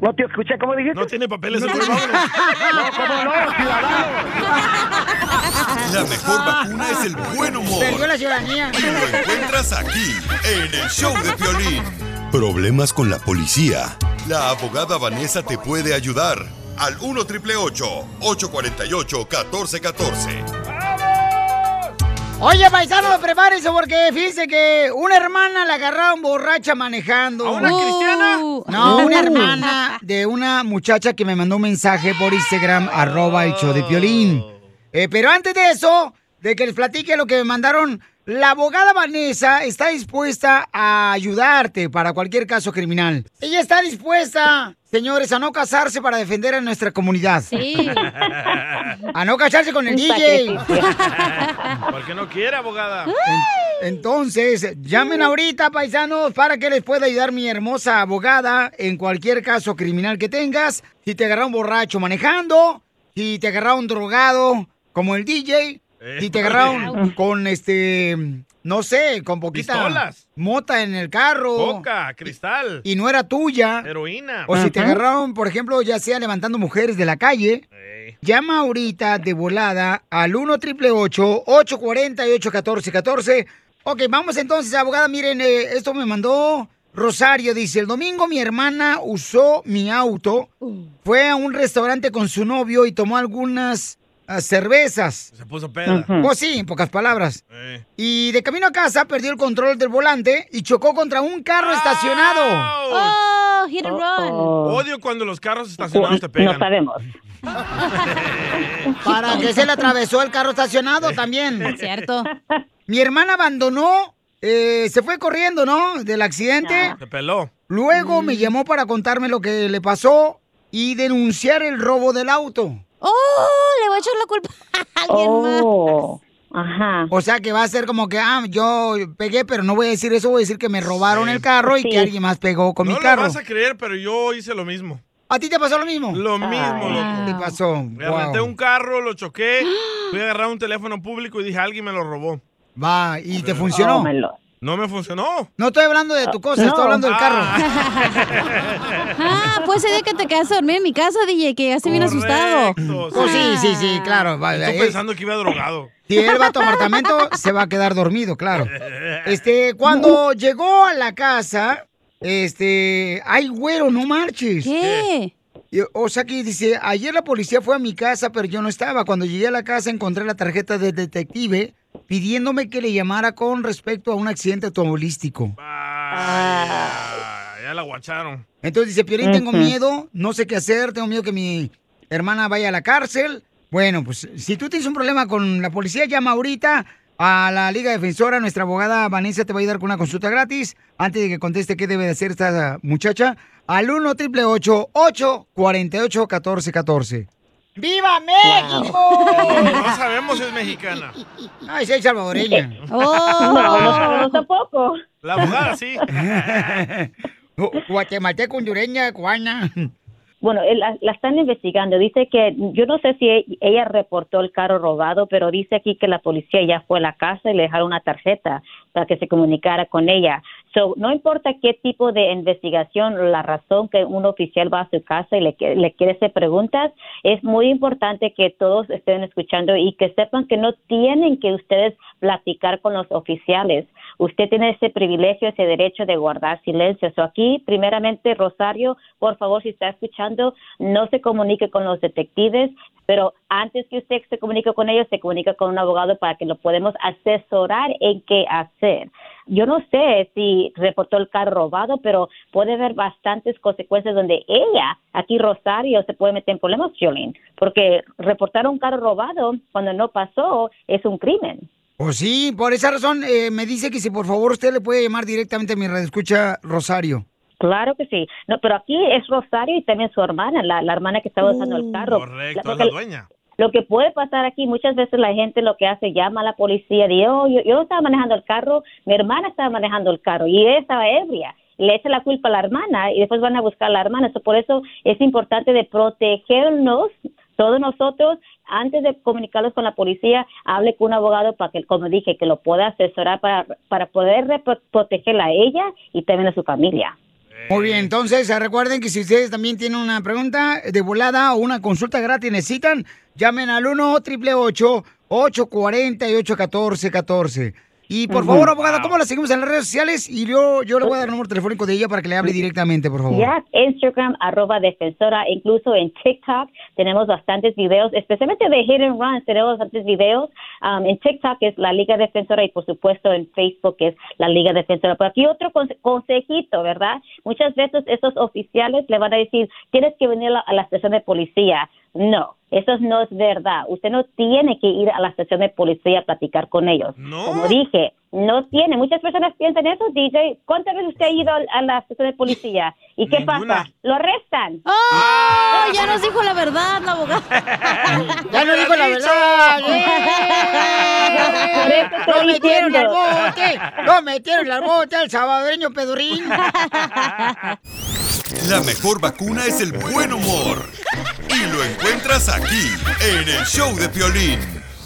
S28: No te escuché, ¿cómo dijiste?
S3: No tiene papeles.
S28: No,
S3: Eduardo.
S28: cómo no, ciudadano.
S7: La mejor vacuna es el buen humor.
S1: Perdió la ciudadanía.
S7: Lo encuentras aquí, en el show de Piolín. Problemas con la policía. La abogada Vanessa te puede ayudar. Al 1 triple 848 1414.
S1: Oye, paisano, prepárense porque fíjense que una hermana la agarraron borracha manejando. ¿A
S3: una cristiana?
S1: No, una
S28: Uh.
S1: hermana de una muchacha que me mandó un mensaje por Instagram, arroba el show de Piolín. Eh, pero antes de eso, de que les platique lo que me mandaron, la abogada Vanessa está dispuesta a ayudarte para cualquier caso criminal. Ella está dispuesta, señores, a no casarse para defender a nuestra comunidad.
S2: Sí.
S1: A no casarse con el
S3: Un
S1: DJ.
S3: Porque no quiere, abogada.
S1: Entonces, llamen ahorita, paisanos, para que les pueda ayudar mi hermosa abogada en cualquier caso criminal que tengas. Si te agarraron borracho manejando, si te agarraron drogado, como el DJ,
S3: Eh,
S1: Si te agarraron con este, no sé, con poquita
S3: Pistolas.
S1: mota en el carro.
S3: Coca, cristal.
S1: Y no era tuya.
S3: Heroína.
S1: O si te agarraron, por ejemplo, ya sea levantando mujeres de la calle. Llama ahorita de volada al 1 triple 848 1414 Ok, vamos entonces, abogada. Miren, eh, esto me mandó Rosario. Dice: El domingo mi hermana usó mi auto, fue a un restaurante con su novio y tomó algunas ah, cervezas.
S3: Se puso peda.
S1: Pues sí, en pocas palabras. Y de camino a casa perdió el control del volante y chocó contra un carro estacionado.
S2: ¡Oh! ¡Hit and
S1: Oh.
S3: Odio cuando los carros estacionados te pegan.
S1: Para que se le atravesó el carro estacionado también. Cierto. Mi hermana abandonó, eh, se fue corriendo, ¿no? Del accidente.
S3: Te peló.
S1: Luego me llamó para contarme lo que le pasó y denunciar el robo del auto.
S2: ¡Oh! Le voy a echar la culpa a alguien
S3: Oh,
S1: Ajá. O sea que va a ser como que, ah, yo pegué, pero no voy a decir eso, voy a decir que me robaron el carro y
S3: Sí.
S1: que alguien más pegó con
S3: no
S1: mi
S3: lo
S1: carro.
S3: vas a creer, pero yo hice lo mismo.
S1: ¿A ti te pasó lo mismo?
S3: Lo mismo, loco.
S1: ¿Qué pasó?
S3: Me
S1: Wow.
S3: renté un carro, lo choqué, fui a agarrar un teléfono público y dije, alguien me lo robó.
S1: Va, ¿y te funcionó?
S3: No Oh, me funcionó.
S1: No estoy hablando de tu cosa,
S3: No.
S1: estoy hablando del carro.
S2: Ah, fue ese día que te quedaste a dormir en mi casa, DJ, que llegaste bien asustado.
S1: Oh, sí, sí, sí, claro. va,
S3: Estoy
S1: eh,
S3: pensando que iba drogado.
S1: Si él va a tu apartamento, se va a quedar dormido, claro. Este, cuando llegó a la casa, este, ay, güero, no marches.
S2: ¿Qué?
S1: O sea que dice, ayer la policía fue a mi casa, pero yo no estaba. Cuando llegué a la casa encontré la tarjeta del detective pidiéndome que le llamara con respecto a un accidente automovilístico.
S3: Ah, ya la guacharon.
S1: Entonces dice, Piorín, tengo
S3: Ujú.
S1: miedo, no sé qué hacer, tengo miedo que mi hermana vaya a la cárcel. Bueno, pues si tú tienes un problema con la policía, llama ahorita a la Liga Defensora. Nuestra abogada Vanessa te va a ayudar con una consulta gratis. Antes de que conteste qué debe de hacer esta muchacha, al 1 888 848 1414
S10: ¡Viva México!
S3: No sabemos si es mexicana.
S1: Ay, soy salvadoreña.
S10: No, no, no,
S1: tampoco.
S3: La abogada, sí.
S1: Oh, Guatemalteca, hondureña, cubana.
S11: Bueno, él- la, la están investigando. Dice que yo no sé si e- ella reportó el carro robado, pero dice aquí que la policía ya fue a la casa y le dejaron una tarjeta para que se comunicara con ella. So, no importa qué tipo de investigación, la razón que un oficial va a su casa y le, que- le quiere hacer preguntas, es muy importante que todos estén escuchando y que sepan que no tienen que ustedes platicar con los oficiales. Usted tiene ese privilegio, ese derecho de guardar silencio. So, aquí, primeramente, Rosario, por favor, si está escuchando, no se comunique con los detectives, pero antes que usted se comunique con ellos, se comunica con un abogado para que lo podemos asesorar en qué hacer. Yo no sé si reportó el carro robado, pero puede haber bastantes consecuencias donde ella, aquí Rosario, se puede meter en problemas, Jolene, porque reportar un carro robado cuando no pasó es un crimen.
S1: Pues sí, por esa razón eh, me dice que si por favor usted le puede llamar directamente a mi radio escucha Rosario.
S11: Claro que sí. No, pero aquí es Rosario y también su hermana, la, la hermana que estaba usando el
S3: Mm.
S11: carro.
S3: Correcto,
S11: La-
S3: es la
S11: porque-
S3: dueña.
S11: Lo que puede pasar aquí, muchas veces la gente lo que hace, llama a la policía, dice, oh, yo, yo no estaba manejando el carro, mi hermana estaba manejando el carro y ella estaba ebria. Le echa la culpa a la hermana y después van a buscar a la hermana. So, por eso es importante de protegernos, todos nosotros, antes de comunicarlos con la policía, hable con un abogado para que, como dije, que lo pueda asesorar para, para poder re- protegerla a ella y también a su familia.
S1: Muy bien, entonces eh, recuerden que si ustedes también tienen una pregunta de volada o una consulta gratis necesitan, llamen al 1 888 848 1414 Y por
S11: Ujú.
S1: favor, abogada, ¿cómo la seguimos en las redes sociales? Y yo, yo le voy a dar el número telefónico de ella para que le hable directamente, por favor.
S11: Ya, Instagram, arroba defensora, incluso en TikTok tenemos bastantes videos, especialmente de hit and runs, tenemos bastantes videos. Um, en TikTok es la Liga Defensora y por supuesto en Facebook es la Liga Defensora. Pero aquí otro conse- consejito, ¿verdad? Muchas veces estos oficiales le van a decir, tienes que venir a la- a la estación de policía. No, eso no es verdad. Usted no tiene que ir a la estación de policía a platicar con ellos. Como dije, no tiene. Muchas personas piensan eso, DJ. ¿Cuántas veces usted ha ido a la estación de policía? ¿Y qué pasa? Lo arrestan.
S2: ¡Oh! Ya nos dijo la verdad, la abogada.
S11: Ya
S2: nos dijo la verdad. ¡Eh!
S10: ¡Lo metieron al bote! ¡Lo metieron al bote al salvadoreño pedurín!
S7: La mejor vacuna es el buen humor. Y lo encuentras aquí, en el show de Piolín.